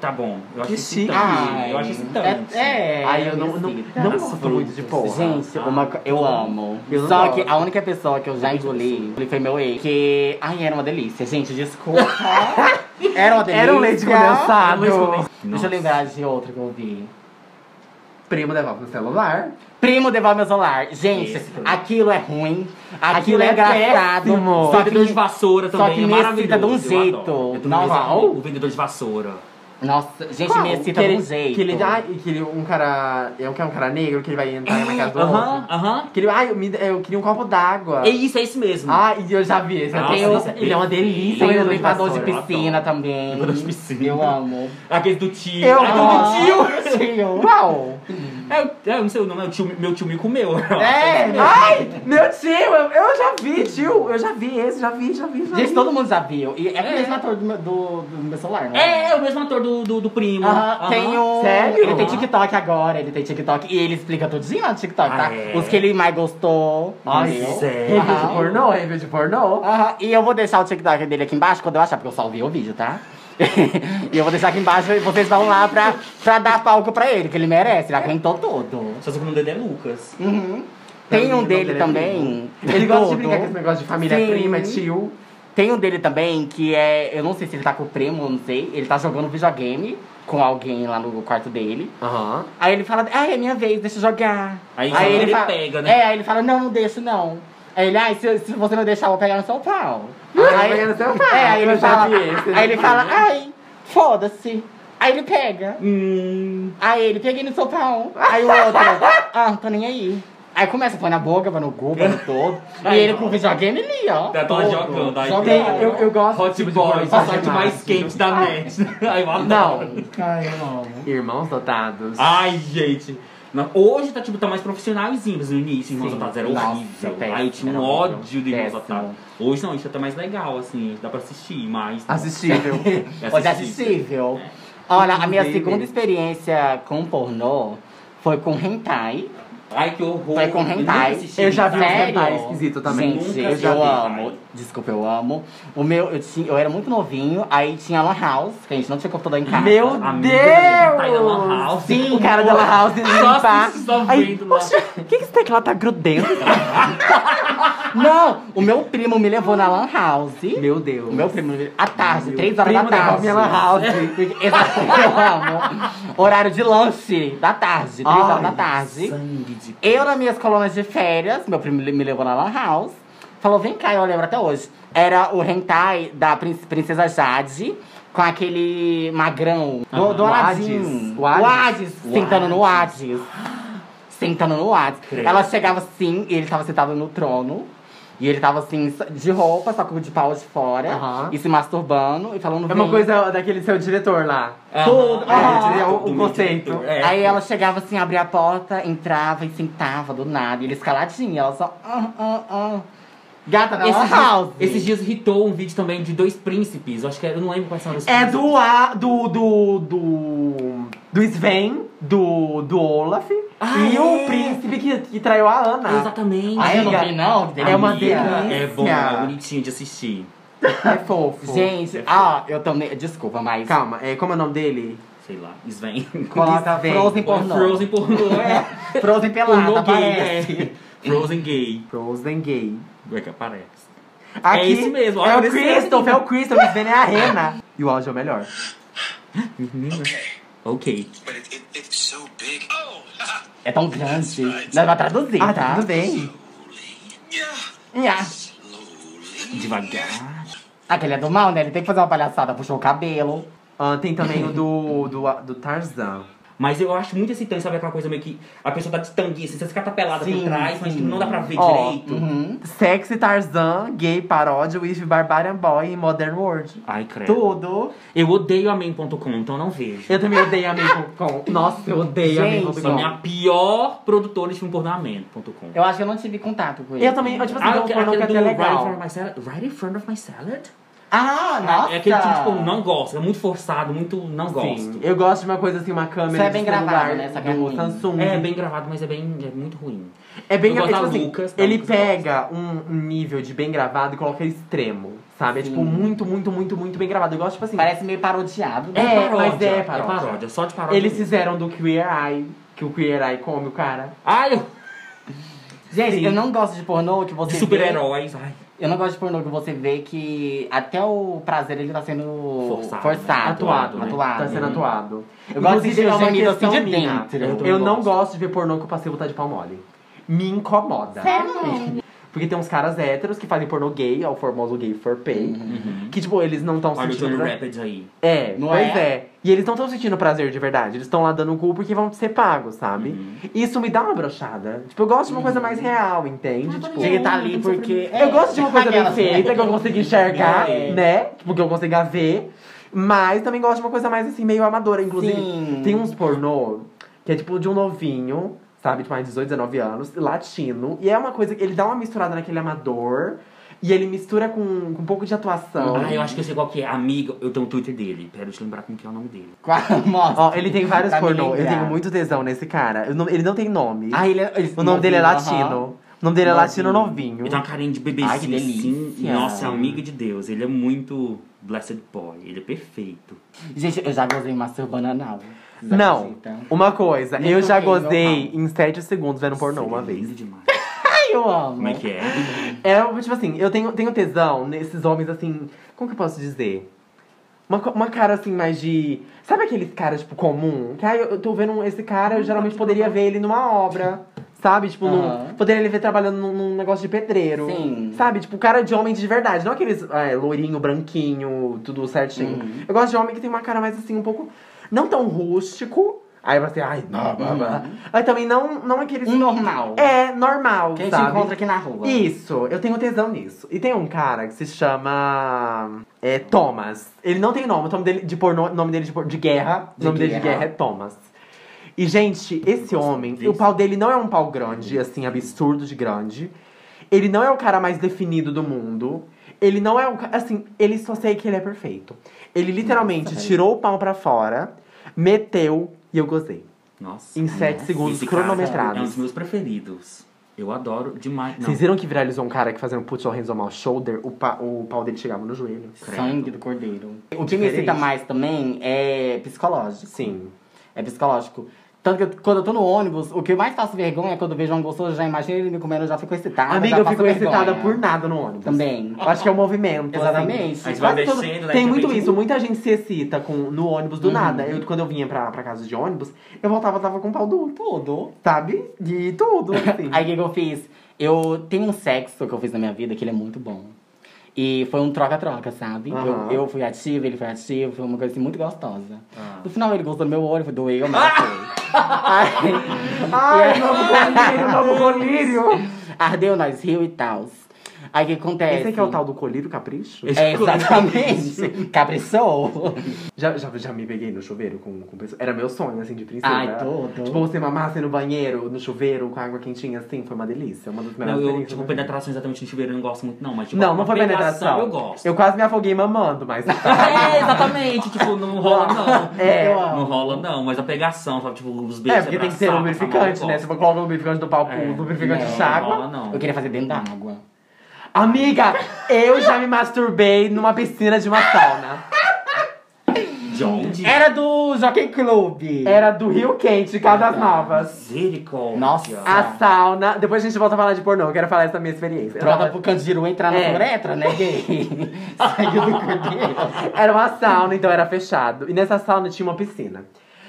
Tá bom. Eu acho
Que chique.
excitante. Eu acho excitante.
Ah, É, é
Ai, eu não, não, não
As
gosto muito de porra.
frutas.
Gente, uma, co- eu amo.
Eu não
Só
gosto.
que a única pessoa que eu já engoli ele foi meu ex. Que. Ai, era uma delícia, gente, desculpa. era uma delícia. um
Era um leite condensado.
Deixa eu lembrar de outra que eu vi.
Primo devolve no celular.
Primo devolve meu celular. Gente,
Esse também.
aquilo é ruim. Aquilo,
Aquilo
é
é
engraçado.
péssimo.
Só
vendedor de
que,
vassoura
só
também
que
é
me excita
maravilhoso.
de um
eu
jeito.
adoro. Eu tenho
Não, ah, oh.
esse
não.
amigo, o vendedor de vassoura.
nossa, gente,
Qual?
me excita
que
de um
ele-
jeito.
Que ele, ai, que ele, um cara. É um, que é um cara negro que ele vai entrar na casa do
Aham,
outro.
aham.
Que ele, ai, eu, me- eu queria um copo d'água.
É isso, é isso mesmo.
Ah, e eu já vi esse.
Nossa,
eu,
esse é
ele é uma delícia.
Tem
hein,
o
Luiz
limpador de
Vassoura.
adoro.
piscina também.
Limpador de piscina.
Eu amo.
É Aquele do tio.
Eu
Aquele
amo.
do tio.
Meu tio.
Qual?
É, o- é, eu não sei o nome, é o tio- meu tio me comeu.
É,
Ai, meu tio, eu, eu já vi, tio. Eu já vi esse, já vi, já vi, já
gente,
vi.
todo mundo já viu. E é o
É.
mesmo ator do, meu- do, do meu celular, não
É, é o mesmo ator do, do, do primo.
Aham,
Aham.
tem o.
Sério?
Ele tem TikTok agora, ele tem TikTok. E ele explica tudinho lá no TikTok, tá?
Ah, é?
Os que ele mais gostou.
Ai,
entendeu?
sério?
Review de
Aham.
pornô, review de pornô.
Aham, e eu vou deixar o TikTok dele aqui embaixo quando eu achar, porque eu salvei o vídeo, tá? e eu vou deixar aqui embaixo e vocês vão lá pra, pra dar palco pra ele, que ele merece, ele aguentou todo.
Só sei que o nome dele é Lucas.
Uhum. Tem um
Não,
dele
não,
também.
Ele gosta de
todo.
brincar com esse negócio de família
Sim.
prima, tio.
Tem um dele também que é. Eu não sei se ele tá com o primo, eu não sei. Ele tá jogando videogame com alguém lá no quarto dele.
Aham.
Aí ele fala, ah, é minha vez, deixa eu jogar.
Aí joga, ele
fala-
pega, né?
É, aí ele fala, não, não deixo não. Aí ele, ah, se, se você não deixar, eu vou pegar no seu pau.
Ai, eu vou Ah, pegar no seu
É,
pau,
aí ele
eu já
fala,
vi esse. né?
aí ele fala, ai, foda-se. Aí ele pega.
Hum.
Aí ele, peguei no seu pau. Aí o outro, ah, tô nem aí. Aí começa a pôr na boca, vai no cu, vai no todo. E
Ai,
ele
não.
com o videogame ali, ó.
Tá todo jogando, aí um
Jogando.
Tem, eu, eu gosto
Hot
desse tipo de
Boy,
pornô
o site mais
mais
quente da net. Ai, eu adoro.
Não.
Ai, eu amo.
Irmãos dotados.
Ai, gente. Não, Hoje tá, tipo, tá mais profissionalzinho, mas no início Irmãos
Sim.
Otados era
Nossa,
horrível.
péssimo,
Aí eu tinha um
era horrível.
ódio de Irmãos
Péssimo.
Otados. Hoje não, isso tá mais legal, assim, dá pra assistir, mas...
Assistível.
Hoje é acessível. Olha, a minha segunda experiência com pornô foi com hentai.
Ai, que horror.
Foi com hentai.
nunca assisti. é
Eu já vi um
Sério?
hentai esquisito também.
Gente,
Nunca
eu,
vi, cara.
amo. Desculpa, eu amo. O meu, eu, tinha, eu era muito novinho, aí tinha Lan House, que a gente não tinha computador em casa.
Meu
Amiga, hentai da Lan
Deus!
House.
Sim, o cara da La House limpar.
só
Aí,
vendo lá.
poxa, o que, que você tem que lá tá grudento?
Não! O meu primo me levou na Lan House.
Meu Deus.
O meu primo me levou. À tarde, três horas
primo
da
devolve
tarde.
minha Lan House.
Porque- Exato, eu amo. Horário de lanche da tarde, três
Ai,
horas da tarde.
Sangue de
Eu, nas minhas colunas de férias, meu primo me levou na Lan House. Falou, vem cá, eu lembro até hoje. Era o hentai da prin- Princesa Jade com aquele magrão do, do
o
Aladdin.
Hades.
O Hades,
O
sentando no Hades. Sentando no Hades.
Credo.
Ela chegava assim, e ele tava sentado no trono. E ele tava assim, de roupa, só com de pau de fora.
Aham.
E se masturbando e falando,
É uma
"Vem".
coisa daquele seu diretor lá.
Aham.
Todo.
Aham.
é, é o,
Do
o
meu
conceito.
diretor, é.
Aí ela chegava assim, abria a porta, entrava e sentava do nada. E eles caladinhos, ela só. ah, ah, ah. Gata na
Esses
Lan
dias,
house.
esses dias hitou um vídeo também de dois príncipes. Eu acho que era, eu não lembro quais são os
É do, a, do, do, do, do Sven, do, do Olaf
Ah,
e
é.
o príncipe que, que traiu a Ana.
Exatamente.
Ai, eu não
Amiga,
vi, não. que
é uma
delícia.
delícia.
É bom, é bonitinho de assistir.
É fofo.
Gente, ah, eu também. Desculpa, mas.
Calma, é, como é o nome dele?
Sei lá, Sven.
Coloca
Sven.
Frozen pornô.
Frozen pornô, é.
Frozen
tá
pelada,
Pornô
parece.
gay, é. Frozen gay.
Frozen Gay.
Como É que aparece.
Aqui,
esse mesmo,
É
olha
o
esse
Christopher, é o Christopher, o Sven é a Rena. E o áudio é o melhor.
Okay,
Ok.
but it, it, it's so big. Oh,
É tão grande. Nós vai traduzir,
Ah, tá
tá?
tudo bem.
yeah.
Yeah.
Slowly.
Devagar.
Aquele é do mal, né? Ele tem que fazer uma palhaçada, puxou o cabelo.
Ah, tem também o do, do, do Tarzan.
Mas eu acho muito excitante, sabe aquela coisa meio que a pessoa tá de tanguinha, assim, você fica tapelada por
Sim,
trás, mas que
sim.
não dá pra ver
Ó,
direito.
Uhum.
Sexy Tarzan, gay paródia, with Barbarian Boy e Modern World.
Ai, credo.
Tudo.
Eu odeio a main.com, então eu não vejo.
Eu também odeio a Maple.com. Nossa, eu odeio
Gente,
a
Sou a
Maple.com.
minha pior produtora de filme pornô a main.com.
Eu acho que eu não tive contato com ele.
Eu também, eu, tipo assim,
Ah,
dou um
aquele
pornô que
do
é até
Right in
legal.
front of my salad. Right in front of my salad?
Ah, nossa.
É aquele tipo, tipo, não gosto. É muito forçado, muito não
Sim,
gosto.
eu gosto de uma coisa assim, uma câmera
Isso é bem
de celular
gravado, né? Só que é
do
ruim.
Samsung.
É bem gravado, mas é bem é muito ruim.
É bem
Eu
gravado.
gosto
Tipo
da
assim,
Lucas, da
ele
Lucas eu
pega um, um nível de bem gravado e coloca extremo, sabe? É tipo muito, muito, muito, muito bem gravado. Eu gosto, tipo assim.
Parece meio parodiado.
É,
né?
mas é
é
paródia.
paródia, Só de paródia.
Eles fizeram do Queer Eye, que o Queer Eye come o cara.
Ai, eu...
Gente,
Sim.
eu não gosto É, de pornô que você
de
vê-
super-heróis. Ai.
Eu não gosto de pornô que você vê que até o prazer ele tá sendo
Forçado,
forçado.
né?
Atuado, né?
atuado.
Tá sendo atuado.
Eu gosto de
Inclusive,
sentir
é
o
uma
gemido assim
questão
de
minha.
dentro.
Eu tô-
Eu não
gosto.
gosto de ver pornô que eu passei vontade de pau mole. Me incomoda.
Sério?
Porque tem uns caras héteros que fazem pornô gay, é o famoso gay for pay. Que, tipo, eles não estão
Uhum. Olha o
sentindo.
Johnny
pra-
Rapids aí.
É,
Não
pois
é?
é? E eles não estão sentindo prazer de verdade. Eles estão lá dando o cu porque vão ser pagos, sabe?
Uhum.
Uhum.
Isso me dá uma brochada. Tipo, eu gosto de uma coisa mais real, entende? tipo,
Ele tá ali porque.
eu gosto de uma coisa bem
Aquelas, né?
feita, que eu consigo enxergar,
É.
né? Tipo, que eu consiga ver. Mas também gosto de uma coisa mais assim, meio amadora. Inclusive,
Sim.
tem uns pornô que é tipo de um novinho, sabe? Tipo, mais 18, 19 anos, latino. E é uma coisa que ele dá uma misturada naquele amador. E ele mistura com, com um pouco de atuação.
Ah, eu acho que eu sei qual que é. Amigo, eu tenho o Twitter dele. Pera, deixa eu lembrar como que é o nome dele.
Qual- Mostra.
Ó, ele tem vários
Pra me
pornô. Eu
lembrar.
tenho muito tesão nesse cara. Eu não- ele não tem nome.
Ah, ele, ele-
o nome dele é
aham.
latino. O nome dele é latino novinho.
Ele tá tem uma carinha de
Ai, que
bebezinho assim.
delícia.
Nossa, é um amigo de Deus. Ele é muito blessed boy. Ele é perfeito.
Gente, eu já gozei masturbando anal. Vocês
Não,
acreditam?
uma coisa.
Nem
eu já
toquei,
gozei
normal.
em 7 segundos vendo pornô
Nossa,
uma
ele é
vez.
lindo demais.
Ai, eu amo.
Como é que é?
É, tipo assim, eu tenho, tenho tesão nesses homens assim. Como que eu posso dizer? Uma, co- uma cara assim, mais de. Sabe aqueles caras, tipo, comum? Que ah, eu, eu tô vendo um- esse cara, eu geralmente poderia ver ele numa obra. Sabe? Tipo, num-
Aham.
poderia ele ver trabalhando num, num negócio de
é?
pedreiro.
Sim.
Sabe? Tipo, cara de homem de verdade. Não aqueles é, loirinho, branquinho, tudo certinho. Eu gosto de homem que tem uma cara mais assim, um pouco. Não tão rústico. Aí você, ai, não, blá, blá. Aí também não, não aqueles.
Uhum. Um normal.
É, normal.
Que a gente
sabe?
encontra aqui na rua.
Isso, eu tenho tesão nisso. E tem um cara que se chama. É, Thomas. Ele não tem nome, o nome dele de pornô, nome dele de, por- de guerra. O
De
nome dele de
guerra.
guerra é Thomas. E, gente, esse homem, o pau dele não é um pau grande, assim, absurdo de grande. Ele não é o cara mais definido do mundo. Ele não é o. ca- Assim, ele só sei que ele é perfeito. Ele literalmente tirou o pau pra fora, meteu e eu gozei.
Nossa.
em 7 segundos
Esse cara É um
cronometrados.
dos meus preferidos. Eu adoro demais. Não.
Vocês viram que viralizou um cara que fazendo put your hands on my shoulder, o, pa- o pau dele chegava no joelho?
Sangue do cordeiro. O que me excita
Diferente.
mais também é psicológico.
Sim.
É psicológico. Tanto que eu- quando eu tô no ônibus, o que eu mais faço vergonha é quando eu vejo um gostoso, eu já imagino ele me comendo, eu já fico excitada.
Amiga,
já
eu
faço
fico
vergonha.
excitada por nada no ônibus.
Também.
Eu acho que é o movimento. assim.
Exatamente.
Aí você vai
Quase todo-
descendo, né,
Tem
de
muito
repente-
isso, muita gente se excita com, no ônibus do nada. Eu, quando eu vinha pra, pra casa de ônibus, eu voltava, tava com o pau duro, todo, sabe? De tudo, assim.
Aí o que, que eu fiz? Eu tenho um sexo que eu fiz na minha vida que ele é muito bom. E foi um troca-troca, sabe?
Aham.
Eu, eu fui ativa, ele foi ativo, foi uma coisa assim, muito gostosa.
É,
Ah.
No final ele gostou do meu olho, foi doeu, mas ok.
Ai, novo colírio, novo colírio!
Ardeu, nós riu e tal. Aí o que acontece?
Esse aqui é o tal do colírio capricho?
É, exatamente. Caprichou.
Já, já, já me peguei no chuveiro com, com pessoa. Era meu sonho, assim, de princesa.
Ai, tô, tô.
Tipo, você mamar assim no banheiro, no chuveiro, com água quentinha, assim, foi uma delícia. Uma das melhores
Não, eu,
experiências
tipo,
da minha vida.
penetração exatamente no chuveiro eu não gosto muito, não. Mas, tipo,
né? Não,
uma
não foi penetração.
Eu gosto.
Eu quase me afoguei mamando, mas. tá.
É, exatamente. Tipo, não rola, não.
É.
Não rola, não. Mas a pegação, sabe? Tipo, os beijos.
é, porque tem que ser
abraçar,
lubrificante,
passar
né?
mal,
Se você coloca o lubrificante no palco,
É,
o lubrificante
Ah, não,
de água.
Não rola, não.
Eu queria fazer dentro da água.
Amiga, eu já me masturbei numa piscina de uma sauna.
De onde? É.
Era do Jockey Club.
Era do Rio Quente, Caldas Novas.
Misericórdia.
Nossa.
A sauna. Depois a gente volta a falar de pornô, eu quero falar essa minha experiência.
Troca pro Candiru entrar na
É.
uretra, né, gay? Sangue do cordeiro.
Era uma sauna, então era fechado. E nessa sauna tinha uma piscina.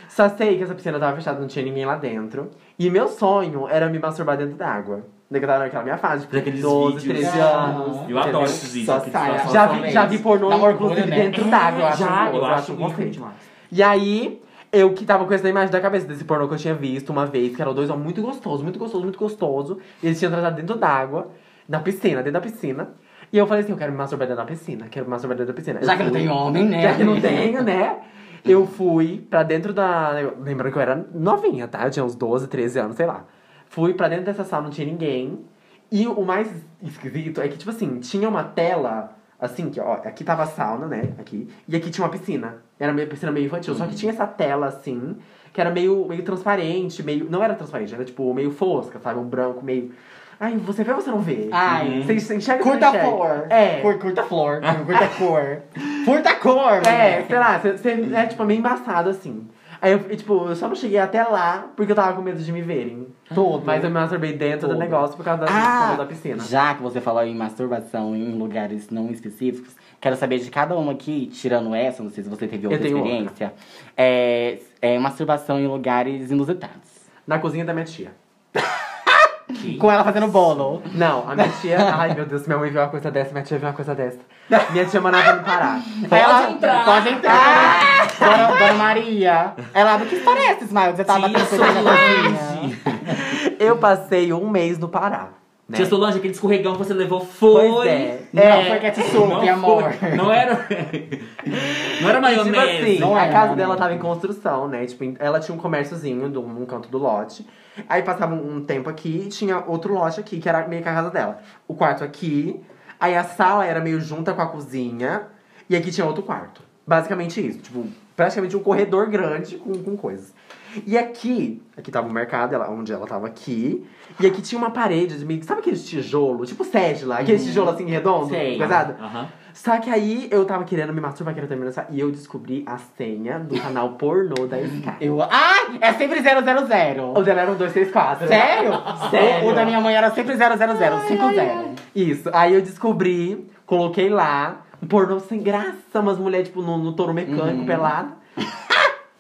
Só sei que essa piscina tava fechada, não tinha ninguém lá dentro. E meu sonho era me masturbar dentro d'água. Daí que eu tava naquela minha fase, tipo,
Daqueles
12,
vídeos.
13
Ah,
anos.
Eu adoro
entendeu?
esses vídeos.
Só
aqueles
saia.
só-
Já
só-
vi, já vi pornô,
Dá um
inclusive,
orgulho, né?
dentro d'água. Eu acho
Já,
um-
eu acho
um
incrível
conceito.
demais.
E aí, eu que tava com essa imagem da cabeça desse pornô que eu tinha visto uma vez, que era dois homens muito gostoso, muito gostoso, muito gostoso. E eles tinham tratado dentro d'água, na piscina, dentro da piscina. E eu falei assim, eu quero me masturbar dentro da piscina, quero me masturbar dentro da piscina.
Já
Eu
que não
fui.
tem homem, né?
Já que não tenho, né? Eu fui pra dentro da. Lembrando que eu era novinha, tá? Eu tinha uns 12, 13 anos, sei lá. Fui pra dentro dessa sala, não tinha ninguém. E o mais esquisito é que, tipo assim, tinha uma tela, assim, que, ó, aqui tava a sauna, né? Aqui. E aqui tinha uma piscina. Era meio piscina meio infantil.
Uhum.
Só que tinha essa tela, assim, que era meio, meio transparente, meio. Não era transparente, era tipo meio fosca, sabe? Um branco, meio. Ai, você vê ou você não vê?
Ai.
Você enxerga ou você
Ah. Uhum. Curta
não
a
enxerga?
flor.
É.
Cur- curta a flor. Curta a cor. Curta a cor.
É,
mulher.
sei lá, cê, cê- é tipo meio embaçado assim. Aí eu, e, tipo, eu só não cheguei até lá porque eu tava com medo de me verem. Todo. Mas eu me masturbei dentro do
Todo.
negócio por causa da,
Ah,
da piscina.
já que você falou em masturbação em lugares não específicos, quero saber de cada uma aqui, tirando essa, não sei se você teve outra
tenho
experiência. É, é masturbação em lugares inusitados.
Na cozinha da minha tia.
Com ela fazendo bolo.
Não, a minha tia. ai meu Deus, minha mãe viu uma coisa dessa, minha tia viu uma coisa dessa. Minha tia mandava me parar.
Pode ela, entrar. Ah! Pode entrar. Dona, Dona Maria. Ela abre que história é essa, Ismael? que Você tava batendo
Tia
punheta na cozinha.
Solange.
Eu passei um mês no Pará. Né?
Tia Solange, aquele escorregão que você levou
Pois
foi.
é.
Não,
É.
foi ketchup,
foi.
amor.
Não era. Não era
Tipo
maionese.
assim,
Não
a
é,
casa
não.
dela tava em construção, né? Tipo, em- ela tinha um comérciozinho num num canto do lote. Aí passava um um tempo aqui e tinha outro lote aqui, que era meio que a casa dela. O quarto aqui, aí a sala era meio junta com a cozinha, e aqui tinha outro quarto. Basicamente isso, tipo, praticamente um corredor grande com, com coisas. E aqui, aqui tava o mercado, ela, onde ela tava aqui. E aqui tinha uma parede de meio. Sabe aqueles tijolo? Tipo sede lá,
Uhum.
aquele tijolo assim redondo,
Sei.
pesado?
Aham.
Só que aí eu tava querendo me masturbar, querendo terminar essa. E eu descobri a senha do canal pornô da Sky.
Eu, ai, é sempre 000.
O dela era um 234.
Sério?
Sério.
O da minha mãe era sempre 000, 50.
Isso. Aí eu descobri, coloquei lá, um pornô sem graça, umas mulheres, tipo, no, no touro mecânico, pelado.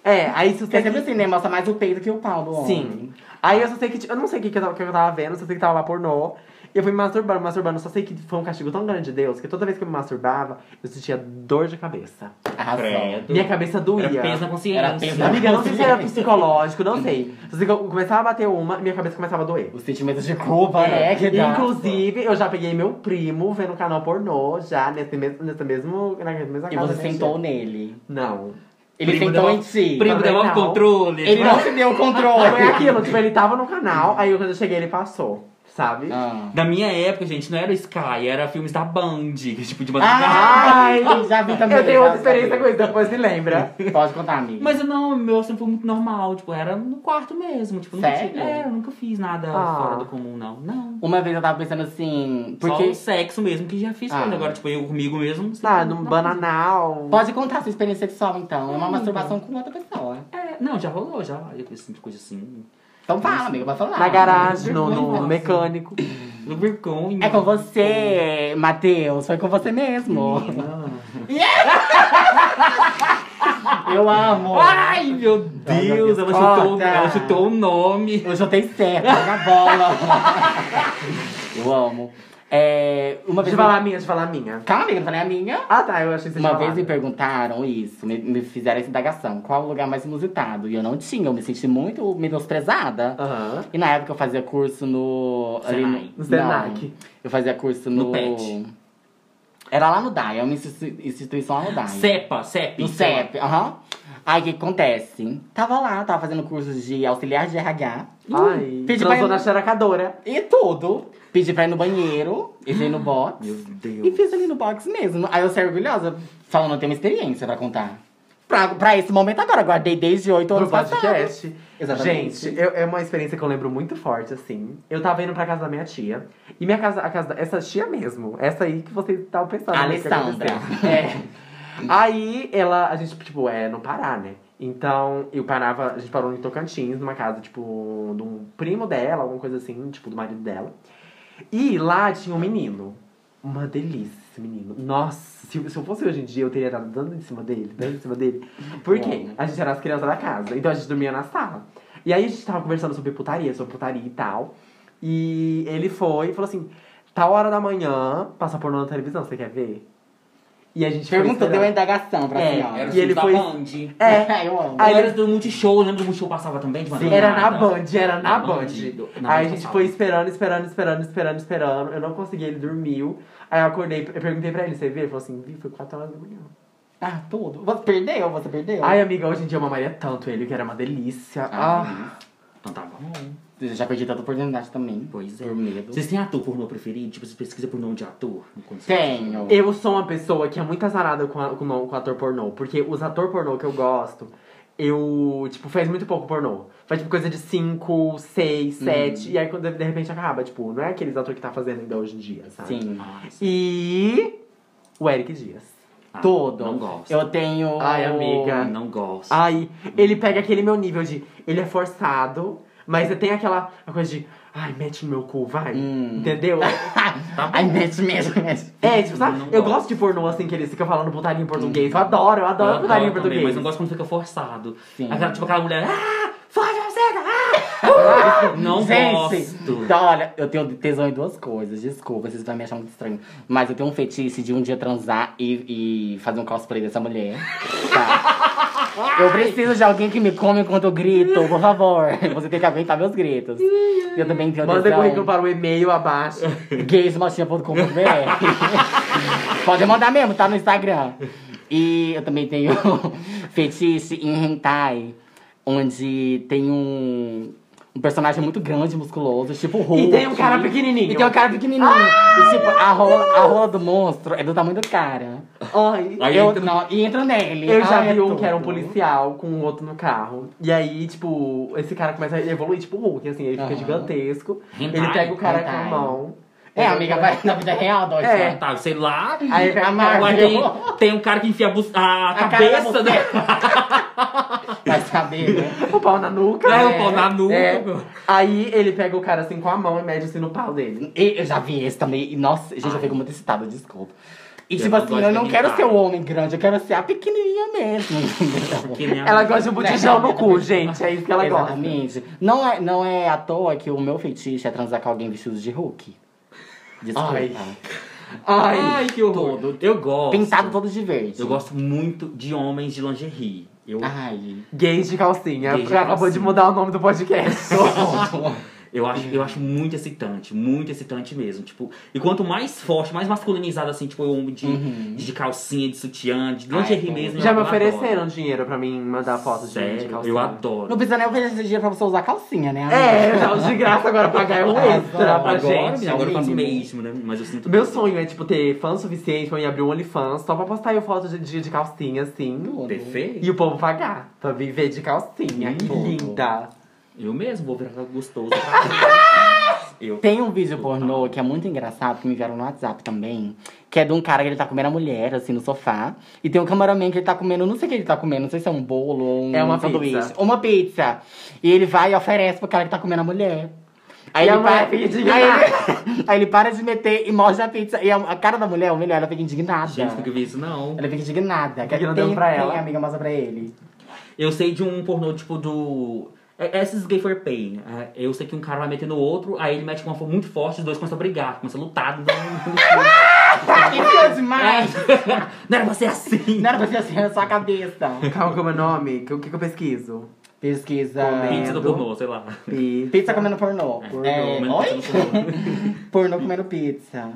é, aí se
Porque
você.
sempre assim, né? Mostra mais o peito que o pau do homem.
Sim. Aí eu só sei que. Eu não sei o que, que, eu, tava, o que eu tava vendo, só sei que tava lá pornô. E eu fui me masturbando, masturbando. Só sei que foi um castigo tão grande de Deus que toda vez que eu me masturbava, eu sentia dor de cabeça.
Arrasou.
Credo.
Minha cabeça doía.
Era peso na consciência.
Era peso na-
Amiga, não sei se era psicológico, não sei. Só sei que eu começava a bater uma, minha cabeça começava a doer.
O sentimento de culpa, né? Que dá.
Inclusive, eu já peguei meu primo vendo o canal pornô, já nesse mesmo, nessa mesmo, na mesma
E
casa
você
da minha
sentou
tia.
nele.
Não.
Ele
Primo
sentou
da-
em ti.
Primo,
Também
devolve o
não.
controle.
Ele não é te deu o controle.
Foi aquilo, tipo, ele tava no canal, aí quando eu cheguei ele passou. sabe?
Ah.
Da minha época, gente, não era Sky, era filmes da Band, que tipo de
Ah!
madrugada.
Ai, já vi também.
Eu tenho
já
outra experiência com
sabia.
isso, depois se lembra.
Pode contar, amiga.
Mas eu não, meu sempre foi muito normal, tipo, era no quarto mesmo, tipo, nunca
Sério?
tive- é, eu nunca fiz nada
Ah.
fora do comum, não. Não.
Uma vez eu tava pensando assim,
Só
porque.
o sexo mesmo, que já fiz
Ah.
coisa. Agora, tipo, eu comigo mesmo.
Ah,
não
num
um-
bananal.
Pode contar sua experiência sexual, então. É uma
Hum.
masturbação com outra pessoa.
É, não, já rolou, já. Eu fiz assim, coisa assim.
Então fala, amiga, vai falar.
Na garagem, no, no
Vergonha.
mecânico.
Do vergonha.
É com você, Matheus. Foi com você mesmo.
Não.
Eu amo.
Ai, meu Deus, ela chutou,
Corta.
ela chutou o nome.
Eu chutei certo, na bola. eu amo. É, uma vez.
Deixa eu falar a minha, deixa eu falar a minha.
Calma, amiga, eu falei a minha.
Ah, tá, eu achei que você
Uma
tinha
vez
falado.
me perguntaram isso, me, me fizeram essa indagação. Qual o lugar mais inusitado? E eu não tinha, eu me senti muito menosprezada.
Aham.
E na época eu fazia curso no. ali
Senai.
No Senac.
Não, eu fazia curso no.
No PET.
Era lá no DAI, é uma institui- instituição lá no DAI.
Cepa, CEP.
No
sei lá.
CEP, aham. Aí o que que acontece? Tava lá, tava fazendo curso de auxiliar de RH.
Ai,
pedi pra
transou
ir-
na xeracadora.
E tudo. Pedi pra ir no banheiro, entrei no box.
Meu Deus.
E fiz ali no box mesmo. Aí eu saí orgulhosa, falando, eu tenho uma experiência pra contar. Pra, pra esse momento agora, guardei desde 8
Pro
horas passadas.
podcast.
Exatamente.
Gente, eu- é uma experiência que eu lembro muito forte, assim. Eu tava indo pra casa da minha tia. E minha casa, a casa da, essa tia mesmo, essa aí que vocês estavam pensando. né, que
Alessandra.
aconteceu.
É.
Aí ela, a gente, tipo, é no Pará, né? Então, eu parava, a gente parou em Tocantins, numa casa, tipo, de um primo dela, alguma coisa assim, tipo, do marido dela. E lá tinha um menino. Uma delícia esse menino. Nossa, se, se eu fosse hoje em dia, eu teria dado dando em cima dele, dando em cima dele. Por quê? A gente era as crianças da casa, então a gente dormia na sala. E aí a gente tava conversando sobre putaria, sobre putaria e tal. E ele foi e falou assim: tal hora da manhã, passa por na televisão, você quer ver? E a gente foi
Perguntou, deu
esperando.
a indagação pra
É,
senhora.
Era o
E ele
filme da
foi-
Band.
É.
eu amo.
Aí
Aí era
ele-
do Multishow, lembra do Multishow passava também de madrugada?
Era na Band, era na
Na
Band.
Band, do- na
Aí a gente
Band passava.
foi esperando, esperando, esperando, esperando, esperando. Eu não consegui, ele dormiu. Aí eu acordei, eu perguntei pra ele, você viu? Ele falou assim, vi, foi 4 horas da manhã.
Ah, tudo. Você perdeu? Você perdeu?
Ai, amiga, hoje em dia eu mamaria tanto ele, que era uma delícia. Ah,
Então tá bom.
Eu já perdi tanta oportunidade também.
Pois é.
Por medo.
Vocês têm ator pornô preferido? Tipo, vocês pesquisam por nome de ator? Quando você-
Tenho.
Eu sou uma pessoa que é muito azarada com, a, com, o- com ator pornô. Porque os ator pornô que eu gosto, eu, tipo, faz muito pouco pornô. Faz, tipo, coisa de 5, 6, 7. E aí, quando de de repente acaba, tipo, não é aqueles ator que tá fazendo ainda hoje em dia, sabe?
Sim.
Nossa.
E o Eric Dias.
Ah,
Todo.
Não gosto. Oh,
Eu tenho.
Ai, amiga.
Não gosto.
Aí, ele pega aquele meu nível de. Ele é forçado, mas tem aquela a coisa de. Ai, mete no meu cu, vai.
Hum.
Entendeu?
Tá
Ai, mexe, mexe, mexe.
É, tipo, sabe?
Não
eu
gosto.
gosto de pornô assim, que eles ficam falando putaria em português. Eu adoro, eu adoro putaria em
também,
português.
mas não gosto quando fica forçado.
Sim.
Aquela, tipo aquela mulher. Ah, foge você! Ah, não
Gente,
gosto.
então, olha, eu tenho tesão em duas coisas. Desculpa, vocês vão me achar muito estranho. Mas eu tenho um fetiche de um dia transar e, e fazer um cosplay dessa mulher. Tá? Eu preciso de alguém que me come enquanto eu grito, por favor. Você tem que aguentar meus gritos. Eu também tenho
Manda currículo
tesão.
para o e-mail abaixo.
gaysmochinha.com.br Pode mandar mesmo, tá no Instagram. E eu também tenho fetiche em hentai, onde tem um, um personagem muito grande, musculoso, tipo o Hulk.
e tem um cara pequenininho. Ah,
E tem um cara pequenininho. e, tipo, a rola, a rola do monstro é do tamanho do cara.
Ai,
Aí
eu,
entra-
não, e entra nele.
Eu já
Ai, é
vi um
tudo.
que era um policial com um outro no carro. E aí, tipo, esse cara começa a evoluir, tipo o Hulk, assim, ele fica
Aham.
gigantesco.
Hentai,
ele pega o cara com a
hentai.
mão.
É, amiga, vai na vida real, dois.
É.
né?
Tá, sei lá.
Aí pega
A
o
Marvel.
cara.
Mas tem, tem um cara que enfia a, bus- a
A
cabeça
cara
do.
da Vai saber, né?
O pau na nuca.
É, o pau na nuca,
É.
meu.
Aí ele pega o cara assim com a mão e mede assim no pau dele.
E eu já vi esse também. E, nossa, gente, eu fico muito excitada, desculpa. E
Eu
tipo
não
assim,
gosto
eu
de
não quero
hentai.
ser o homem grande, eu quero ser a pequenininha mesmo. entendeu?
Que nem a-
Ela gosta de um botijão no cu, gente. É isso que ela gosta.
Exatamente. Não é, não é à toa que o meu feitiço é transar com alguém vestido de Hulk. Desculpa.
Ai.
Ai,
Ai.
que horror.
todo.
Eu gosto.
Pintado todo de verde.
Eu gosto muito de homens de lingerie. Eu
Ai.
Ah. Gays de calcinha.
Gays de
Já acabou de
calcinha.
mudar o nome do podcast.
que horror.
Eu acho, eu acho muito excitante, muito excitante mesmo. Tipo, e quanto mais forte, mais masculinizado, assim, tipo, eu amo de,
Uhum.
de calcinha, de sutiã, de lingerie
bom.
mesmo.
Uhum. Já
eu
me
adoro.
ofereceram dinheiro pra mim mandar fotos de, de
Sério,
calcinha.
eu adoro.
Não precisa nem oferecer dinheiro pra você usar calcinha, né?
É, já de graça agora pagar é um extra pra
agora,
gente.
menina, agora eu
é o
faço
mínimo.
mesmo, né? Mas eu sinto.
Meu sonho é, tipo, ter fã suficiente pra me abrir um OnlyFans só pra postar eu foto de, de, de calcinha, assim.
Perfeito.
E o povo pagar pra viver de calcinha. Que
Tudo.
linda.
Eu mesmo vou virar gostoso. eu.
Tem um vídeo pornô que é muito engraçado, que me enviaram no WhatsApp também. Que é de um cara que ele tá comendo a mulher, assim, no sofá. E tem um cameraman que ele tá comendo, não sei o que ele tá comendo, não sei se é um bolo ou um
É uma
sanduíche.
pizza.
Uma pizza. E ele vai e oferece pro cara que tá comendo a mulher. Aí,
E a
ele
mulher
para,
fica
aí,
indignada.
ele, aí ele para de meter e morde a pizza. E a, a cara da mulher, o melhor, ela fica indignada.
Gente, nunca vi isso, não.
Ela fica indignada.
Porque não
tem,
deu pra
tem,
ela.
amiga, mostra pra ele.
Eu sei de um pornô, tipo, do. é- Esses gay for pain. É, Eu sei que um cara vai meter no outro, aí ele mete com uma força muito forte, os dois começam a brigar, começam a lutar. Então...
Isso Tá, demais!
Não era pra ser assim!
Ah. Não era pra ser assim na sua cabeça.
Calma, como é o nome? Que- O que, que eu pesquiso?
Pesquisa.
Comendo.
Pizza É, do pornô, sei lá.
Pi-
Pizza comendo pornô.
Pornô,
É,
comendo
oi?
pizza do tá pornô.
Pornô comendo pizza.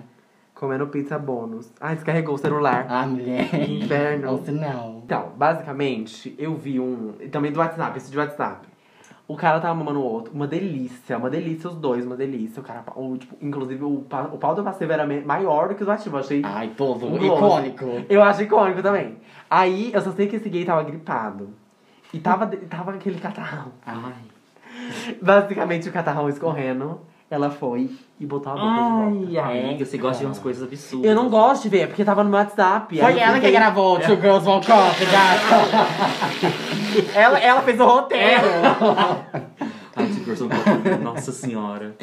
Comendo pizza bônus. Ai, descarregou o celular.
Ah, mulher. É
Inferno.
um sinal.
Então, basicamente, eu vi um. e Também do WhatsApp, esse de WhatsApp. O cara tava mamando o outro. Uma delícia, uma delícia, os dois, uma delícia. O cara, o, tipo, inclusive, o, pa- o pau do passivo era me- maior do que o do ativo. Eu achei.
Ai, povo,
um close.
icônico.
Eu acho icônico também. Aí, eu só sei que esse gay tava gripado. E tava, de- tava aquele catarrão.
Ai.
Basicamente, o catarrão escorrendo. Ela foi e botou a boca de volta.
Ai, amiga,
Eita.
você gosta de umas coisas absurdas.
Eu não gosto de ver, porque tava no meu WhatsApp. aí
Foi
eu
ela que
fiquei-
gravou Two Girls One Cup, gata. ela, ela fez o roteiro.
É.
Ai, que versão portuguesa, Nossa senhora.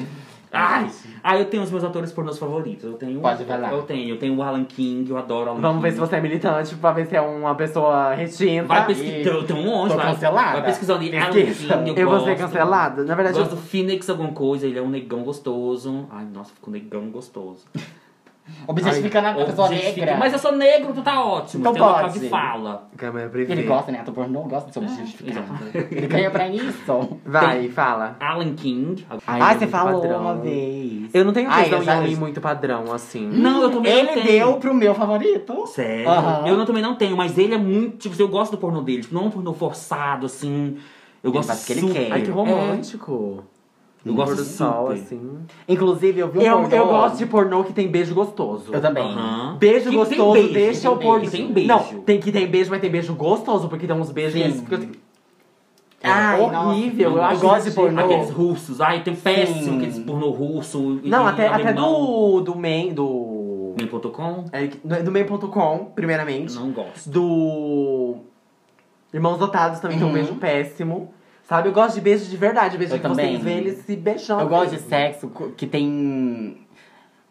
Ai, ah, eu tenho os meus atores pornôs favoritos. Eu tenho.
Pode falar.
Eu tenho, eu tenho o Alan King, eu adoro o Alan
Vamos ver
King.
se você é militante, pra ver se é uma pessoa retinta.
Vai pesquisar. Tem um monte,
Tô
vai.
cancelada.
Vai pesquisando ali. Alan
Pesquisa.
King, eu,
Eu vou
gosto.
ser cancelada? Na verdade, eu-
Gosto do Phoenix alguma coisa, ele é um negão gostoso. Ai, nossa, ficou negão gostoso.
Objetificando a pessoa
Objetifica-
Tá negra.
Mas eu sou negro, tu tá ótimo.
Então
Tem um local
pode.
de fala.
Câmera
Ele
privê.
gosta, né? Ator pornô gosta de ser objetificado. Ele ganha pra isso.
Vai, fala.
Alan King.
Ai,
é
você
muito
falou
padrão.
uma vez.
Eu não tenho
Ai,
tesão
eu
em
já-
homem muito padrão, assim.
Não, eu também não
Ele
tenho.
deu pro meu favorito.
Sério?
Aham.
Eu não- também não tenho, mas ele é muito. Tipo, assim, eu gosto do pornô dele. Tipo, não é um pornô forçado, assim. Eu gosto
faz o que ele
super.
quer.
Ai, que romântico.
É. Eu
No
gosto
pôr do sol,
super.
assim.
Inclusive, eu vi um
Eu,
pornô-
eu gosto de pornô que tem beijo gostoso.
Eu também.
Aham.
Beijo
Que tem
gostoso,
beijo,
deixa
tem
o pôr do
beijo, Tem beijo.
Não, tem que tem beijo, mas tem beijo gostoso, porque tem uns beijos.
Sim.
eles ficam-
Ai,
horrível.
nossa.
eu acho
gosto de pornô.
Aqueles russos. Ai, tem péssimo
Sim.
aqueles pornô russo. e
Não, até, até
alemão.
do. do main. do.
Em.com?
é, do- do main.com, primeiramente.
Não gosto.
do Irmãos Dotados também
Uhum.
tem um beijo péssimo. Sabe? Eu gosto de beijo de verdade, beijo
Eu
que
também.
vocês vê eles se beijando.
Eu gosto de
mesmo.
sexo co- que tem.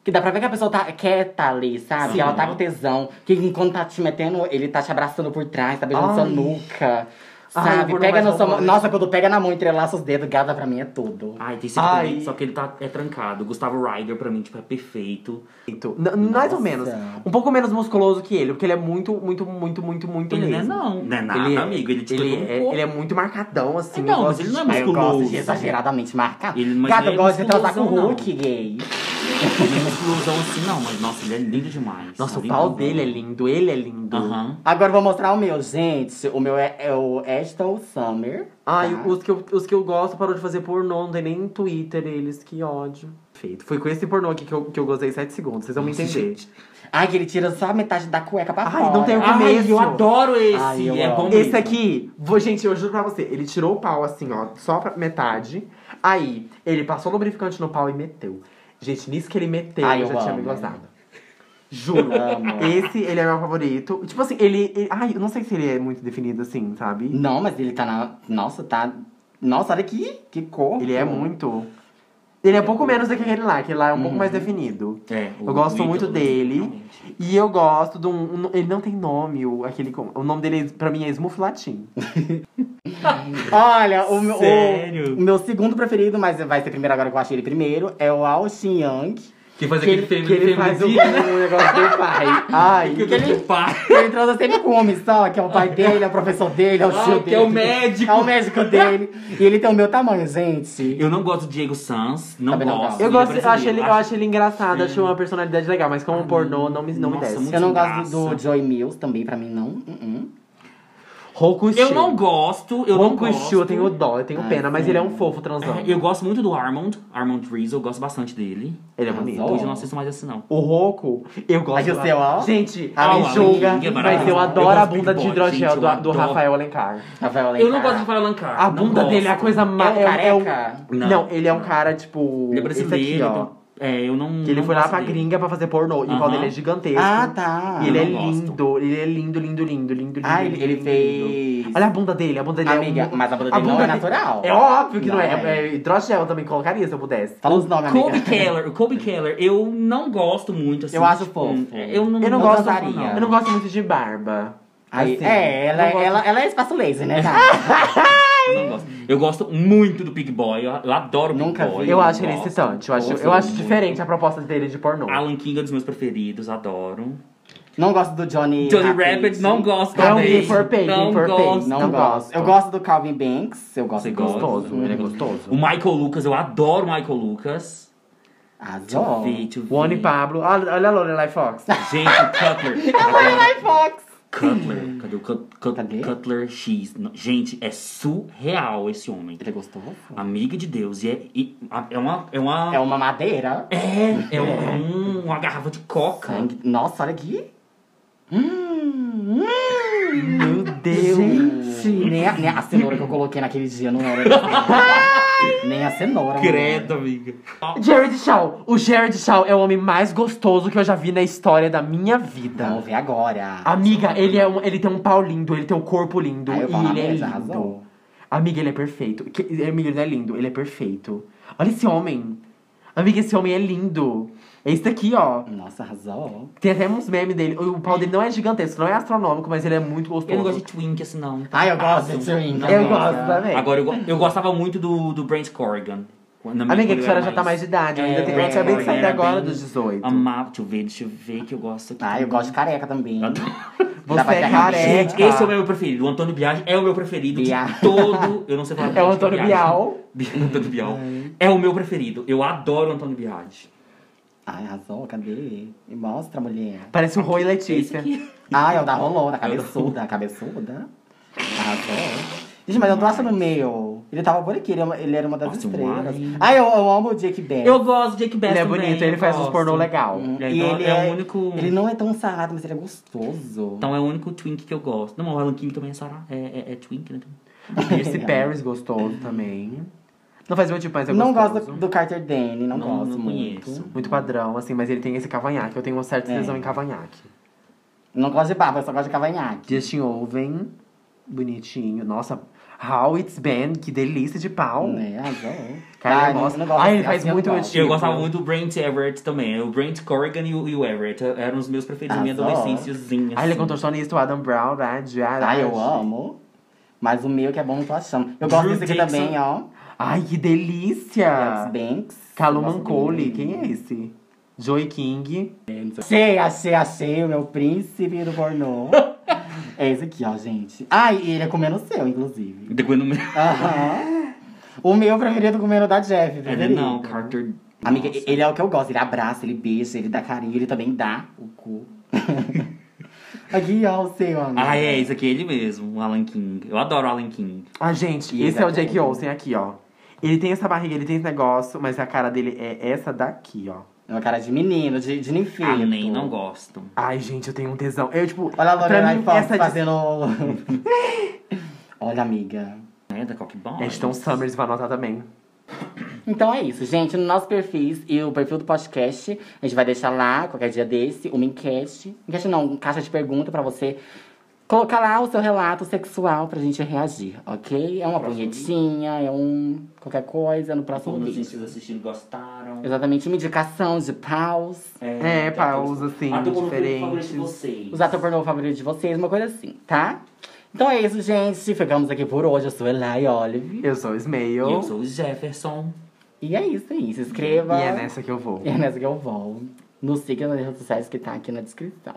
Que dá pra ver que a pessoa tá, quer tá ali, sabe?
Sim.
Ela tá com tesão. Que enquanto tá te metendo, ele tá te abraçando por trás, tá beijando
Ai.
sua nuca.
Ai,
Sabe?
eu vou no
pega na
mais
sua mão.
romântico.
Nossa, quando pega na mão, entrelaça os dedos, gata pra mim é tudo.
Ai, tem esse aqui
Ai.
também, só que ele tá, é trancado. Gustavo Ryder, pra mim, tipo, é perfeito.
N- mais ou
Nossa.
menos. Um pouco menos musculoso que ele, porque ele é muito, muito, muito, muito, muito
Ele não é
mesmo.
não. Não é nada,
ele
amigo, ele te
ele,
colocou.
é, ele é muito marcadão, assim.
Então,
eu
mas
gosto
ele não é
de-
Aí eu gosto de
musculoso.
exageradamente marcado.
Ele- mas
Gata,
ele
eu
é
gosto de transar com o
musculoso, não.
Hulk gay.
Ele é explosão assim, não, mas nossa, ele é lindo demais.
Nossa, o
Lindo,
pau
lindo.
dele é lindo, ele é lindo.
Aham.
Agora eu vou mostrar o meu, gente. O meu é, é o Ashton Summer.
Ai,
tá?
os que, eu, os que eu gosto parou de fazer pornô, não tem nem Twitter eles, que ódio. Feito. Foi com esse pornô aqui que eu, que eu gozei 7 segundos, vocês vão me entender.
Ai, que ele tira só a metade da cueca pra
Ai,
fora.
não tem É o que
Ai,
começo.
eu adoro esse.
Ai, eu
é
amo.
bom mesmo.
Esse aqui, vou- gente, eu juro pra você, ele tirou o pau assim, ó, só pra metade. Aí, ele passou lubrificante no pau e meteu. Gente, nisso que ele meteu,
Ai,
eu
eu
já tinha me
amo.
gozado. Juro.
Amo.
Esse, ele é meu favorito. Tipo assim, ele, ele- Ai, eu não sei se ele é muito definido assim, sabe?
Não, mas ele tá na. Nossa, tá. Nossa, olha aqui. Que cor.
Ele é muito. Ele é pouco menos do que aquele lá, aquele lá é um pouco mais definido.
É, o
Eu gosto
Ítalo,
muito dele.
realmente.
E eu gosto de um. um- ele não tem nome, o, aquele. com- O nome dele, pra mim, é Smooth Latin.
Olha, o meu. o-
Sério?
O, meu segundo preferido, mas vai ser primeiro agora que eu achei ele primeiro, é o Ao Xin Yang.
Que faz
Que
aquele
ele,
femi-
que ele faz o,
feminicídio, né?
o negócio do pai. Ai.
Que ele pai.
Ele transa sempre com o homem só, que é o pai dele, é o professor dele, é o
Ah,
tio
que
dele.
é o médico.
É o médico dele. E ele tem o meu tamanho, gente.
Eu não gosto do Diego Sanz, não
Também não
gosto.
gosto.
Eu,
Ele
gosto, eu, acho
é
ele, eu
brasileiro,
acho ele engraçado, acho uma personalidade legal, mas como pornô, não me, não me
Nossa,
desce.
muito-
Eu não gosto
graça.
do, do Joy Mills também, pra mim não. Uh-uh.
Rokushu.
Eu não gosto, eu não gosto.
Rokushu, eu tenho dó, eu tenho pena, mas ele é um fofo transão.
É, eu gosto muito do Armond, Armond Rizzo, eu gosto bastante dele.
Ele é bonito.
Armond.
Hoje eu não assisto mais assim, não.
O Roku, eu gosto.
Aqui o seu, ó.
Gente,
Ah,
a
o
me julga,
Alencar, que
mas eu
maravilhoso. Eu
adoro a
gosto do
bunda
Big
de
Boy,
hidrogel
gente,
do,
eu
do
adoro.
Rafael Alencar.
Rafael
Eu não
Alencar.
gosto do Rafael Lancar.
A bunda dele é a coisa mais.
É um careca?
Não,
Não.
ele é um cara, tipo.
Ele é
esse
brasileiro.
aqui, ó.
então, é, eu não.
Que ele
não
foi lá
gosto
pra
dele.
gringa pra fazer pornô. E o pau
Aham.
dele é gigantesco.
Ah, tá.
E ele é
eu não gosto.
lindo, ele é lindo, lindo, lindo, lindo,
Ah,
lindo,
ele, ele
lindo, lindo.
fez.
Olha a bunda dele, a bunda dele é.
Amiga,
um-
mas a bunda dele não é
dele-
natural.
É óbvio que não,
Não
é.
é.
é. hidrogel eu também colocaria se eu pudesse.
Fala os nomes, amiga.
Kobe Keller, o Kobe Keller, eu não gosto muito assim.
Eu acho fofo.
Eu não,
Eu não,
Não
gosto.
transaria.
Eu não gosto muito de barba.
Aí,
Assim,
é, ela,
não gosto-
ela, ela é espaço laser, né? tá?
Eu não gosto. Eu gosto muito do Big Boy. Eu, eu adoro o Big
Nunca
Boy.
vi.
Eu acho ele
gosto.
excitante. Eu acho,
Gosto
eu acho
muito.
diferente a proposta dele de pornô.
Alan King é um dos meus preferidos, adoro.
não gosto do Johnny.
Johnny
Rapid.
Rabbit, não gosto
é Não,
também.
Gay for Pay, Gay
Não
for Pay.
gosto.
Não,
Não
gosto.
gosto.
Eu gosto do Calvin Banks. Eu gosto
Você
do
gosta?
Gostoso, ele é gostoso.
O Michael Lucas, eu adoro o Michael Lucas.
Azul.
Deixa eu ver, deixa eu ver.
O Oni Pablo. Olha olha a Lorelai Fox.
Gente, o Cutler. Agora,
Ai, Fox.
Cutler.
Hum.
Cadê o Cut, Cut-
Cadê?
Cutler X? Não, Gente, é surreal esse homem.
Ele é gostoso?
Amiga de Deus. E é, e- a- é uma. É uma.
um
É uma madeira.
É, é um- é um- uma garrafa de coca.
Sangue. Nossa, olha aqui. Hum, hum.
Meu Deus.
Nem a, nem a cenoura que eu coloquei naquele dia não era. desse- nem a cenoura.
Credo, amiga.
Jared Shaw. O Jared Shaw é o homem mais gostoso que eu já vi na história da minha vida.
Vamos ver agora.
Amiga, ele, é um- ele tem um pau lindo, ele tem um corpo lindo.
Aí eu falo
e ele
na
é
mesa,
lindo.
arrasou.
Amiga, ele é perfeito. Que, amiga, ele não é lindo, ele é perfeito. Olha esse homem. Amiga, esse homem é lindo. É esse daqui, ó.
Nossa, arrasou.
Tem até uns memes dele. O pau dele não é gigantesco, não é astronômico, mas ele é muito gostoso.
Eu não gosto de Twink assim, não.
Ai, Tá, eu gosto de drink.
Eu
amiga.
gosto tá? também.
Agora, eu, go- eu gostava muito do, do Brent Corrigan. Na minha-
Amiga,
quando
que a
eu
senhora
era
já tá mais de idade,
É,
ainda tem que saber de sair
era
agora
bem-
dos 18.
Amava. Deixa eu ver, deixa eu ver que eu gosto aqui.
Ah,
Ai, Tá, eu gosto de careca também.
Você
Dá pra
é
ter
careca.
Gente, esse é o meu preferido. O Antônio Biagi é o meu preferido
Biagi.
de todo. Eu não sei falar
É o Antônio Bial.
Biagi. Antônio Bial.
Uhum.
É o meu preferido. Eu adoro o Antônio Biagi.
Ai, arrasou, cadê? Me mostra, mulher.
Parece o Roy
Esse
Letícia.
aqui.
Ai, é o da Rolô, da cabeçuda, cabeçuda. Arrasou. Gente, mas eu tô achando meio. Ele tava por aqui, ele, é uma- ele era uma das
Nossa, um
estrelas.
homem.
Ai, eu, eu amo o Jake Bell.
Eu gosto de Jake Best
Ele é
também,
bonito, ele
eu
faz uns
gosto.
pornô legal.
Hum,
Ele
e
é-
ele
é o
é,
único-
Ele não é tão sarado, mas ele é gostoso.
Então é o único Twink que eu gosto. Não, o Alan King também é, Sarah, é, é, é Twink, né?
Esse Paris gostoso também. Não faz meu tipo, mas é
não
gostoso.
gosto do, do Carter Dane, não,
Não-
gosto
não
muito.
conheço.
Muito padrão, assim, mas ele tem esse cavanhaque. Eu tenho uma certa
É.
tesão em cavanhaque.
Não gosto de barba, eu só gosto de cavanhaque.
Justin Oven, bonitinho. Nossa, How It's Been, que delícia de pau.
Né, arrasou.
Cara, eu
não-
gosto.
não gosto
Ai, ele
assim,
faz
assim eu
muito
gosto.
antigo.
Eu
Tipo.
gostava muito do Brent Everett também. O Brent Corrigan e o, e o Everett eram os meus preferidos da minha
Arrasou.
adolescênciazinha.
Ah, ele é
assim.
contorcionista, o Adam Brown, né? de
Ai, eu
Arash.
amo. Mas o meu que é bom, eu tô achando. Eu gosto
Drew
desse aqui
Dixon.
também, ó.
Ai, que delícia!
Alex Banks.
Caluman
Eu gosto
Cole,
dele.
Ah. quem é esse? Joey King.
Achei, achei, achei o meu príncipe do pornô. é esse aqui, ó, gente. Ai, e ele é comendo o seu, inclusive.
The Gwen Humilde.
Aham. o meu preferido é comendo o da Jeff,
É, né?
preferido.
Não, Carter.
Amiga,
Nossa.
ele é o que eu gosto. Ele abraça, ele beija, ele dá carinho, ele também dá o cu. aqui, ó, o seu, amigo.
Ah, é, esse aqui é ele mesmo, o Alan King. Eu adoro o Alan King.
Ah, gente,
E
esse é o
exatamente.
Jack Olsen aqui, ó. Ele tem essa barriga, ele tem esse negócio, mas a cara dele é essa daqui, ó.
É uma cara de menino, de, de ninfeto.
Ah,
é
nem não gosto.
Ai, gente, eu tenho um tesão. Eu, tipo,
Olha a
pra mim,
Lorelai Fox
essa de...
fazendo... Olha, amiga.
É da Cockbone.
Ashton Summers vai anotar também.
Então é isso, gente. No nosso perfil e o perfil do podcast, a gente vai deixar lá, qualquer dia desse, uma enquete. Enquete não, caixa de pergunta pra você colocar lá o seu relato sexual pra gente reagir, ok? É uma punhetinha, é um qualquer coisa no próximo
Todos
vídeo.
vocês assistindo gostaram.
Exatamente, uma indicação de paus,
É,
tem
paus,
aqueles-
assim,
Ah, tô colocando o
diferentes.
favorito de vocês.
os ator pornô favorito de vocês, uma coisa assim, tá? Então é isso, gente. Ficamos aqui por hoje. Eu sou Elai Olive.
Eu sou o Smail.
E eu sou o Jefferson.
E é isso aí. Se inscreva.
E é nessa que eu vou.
E é nessa que eu vou. Nos siga nas redes sociais que tá aqui na descrição.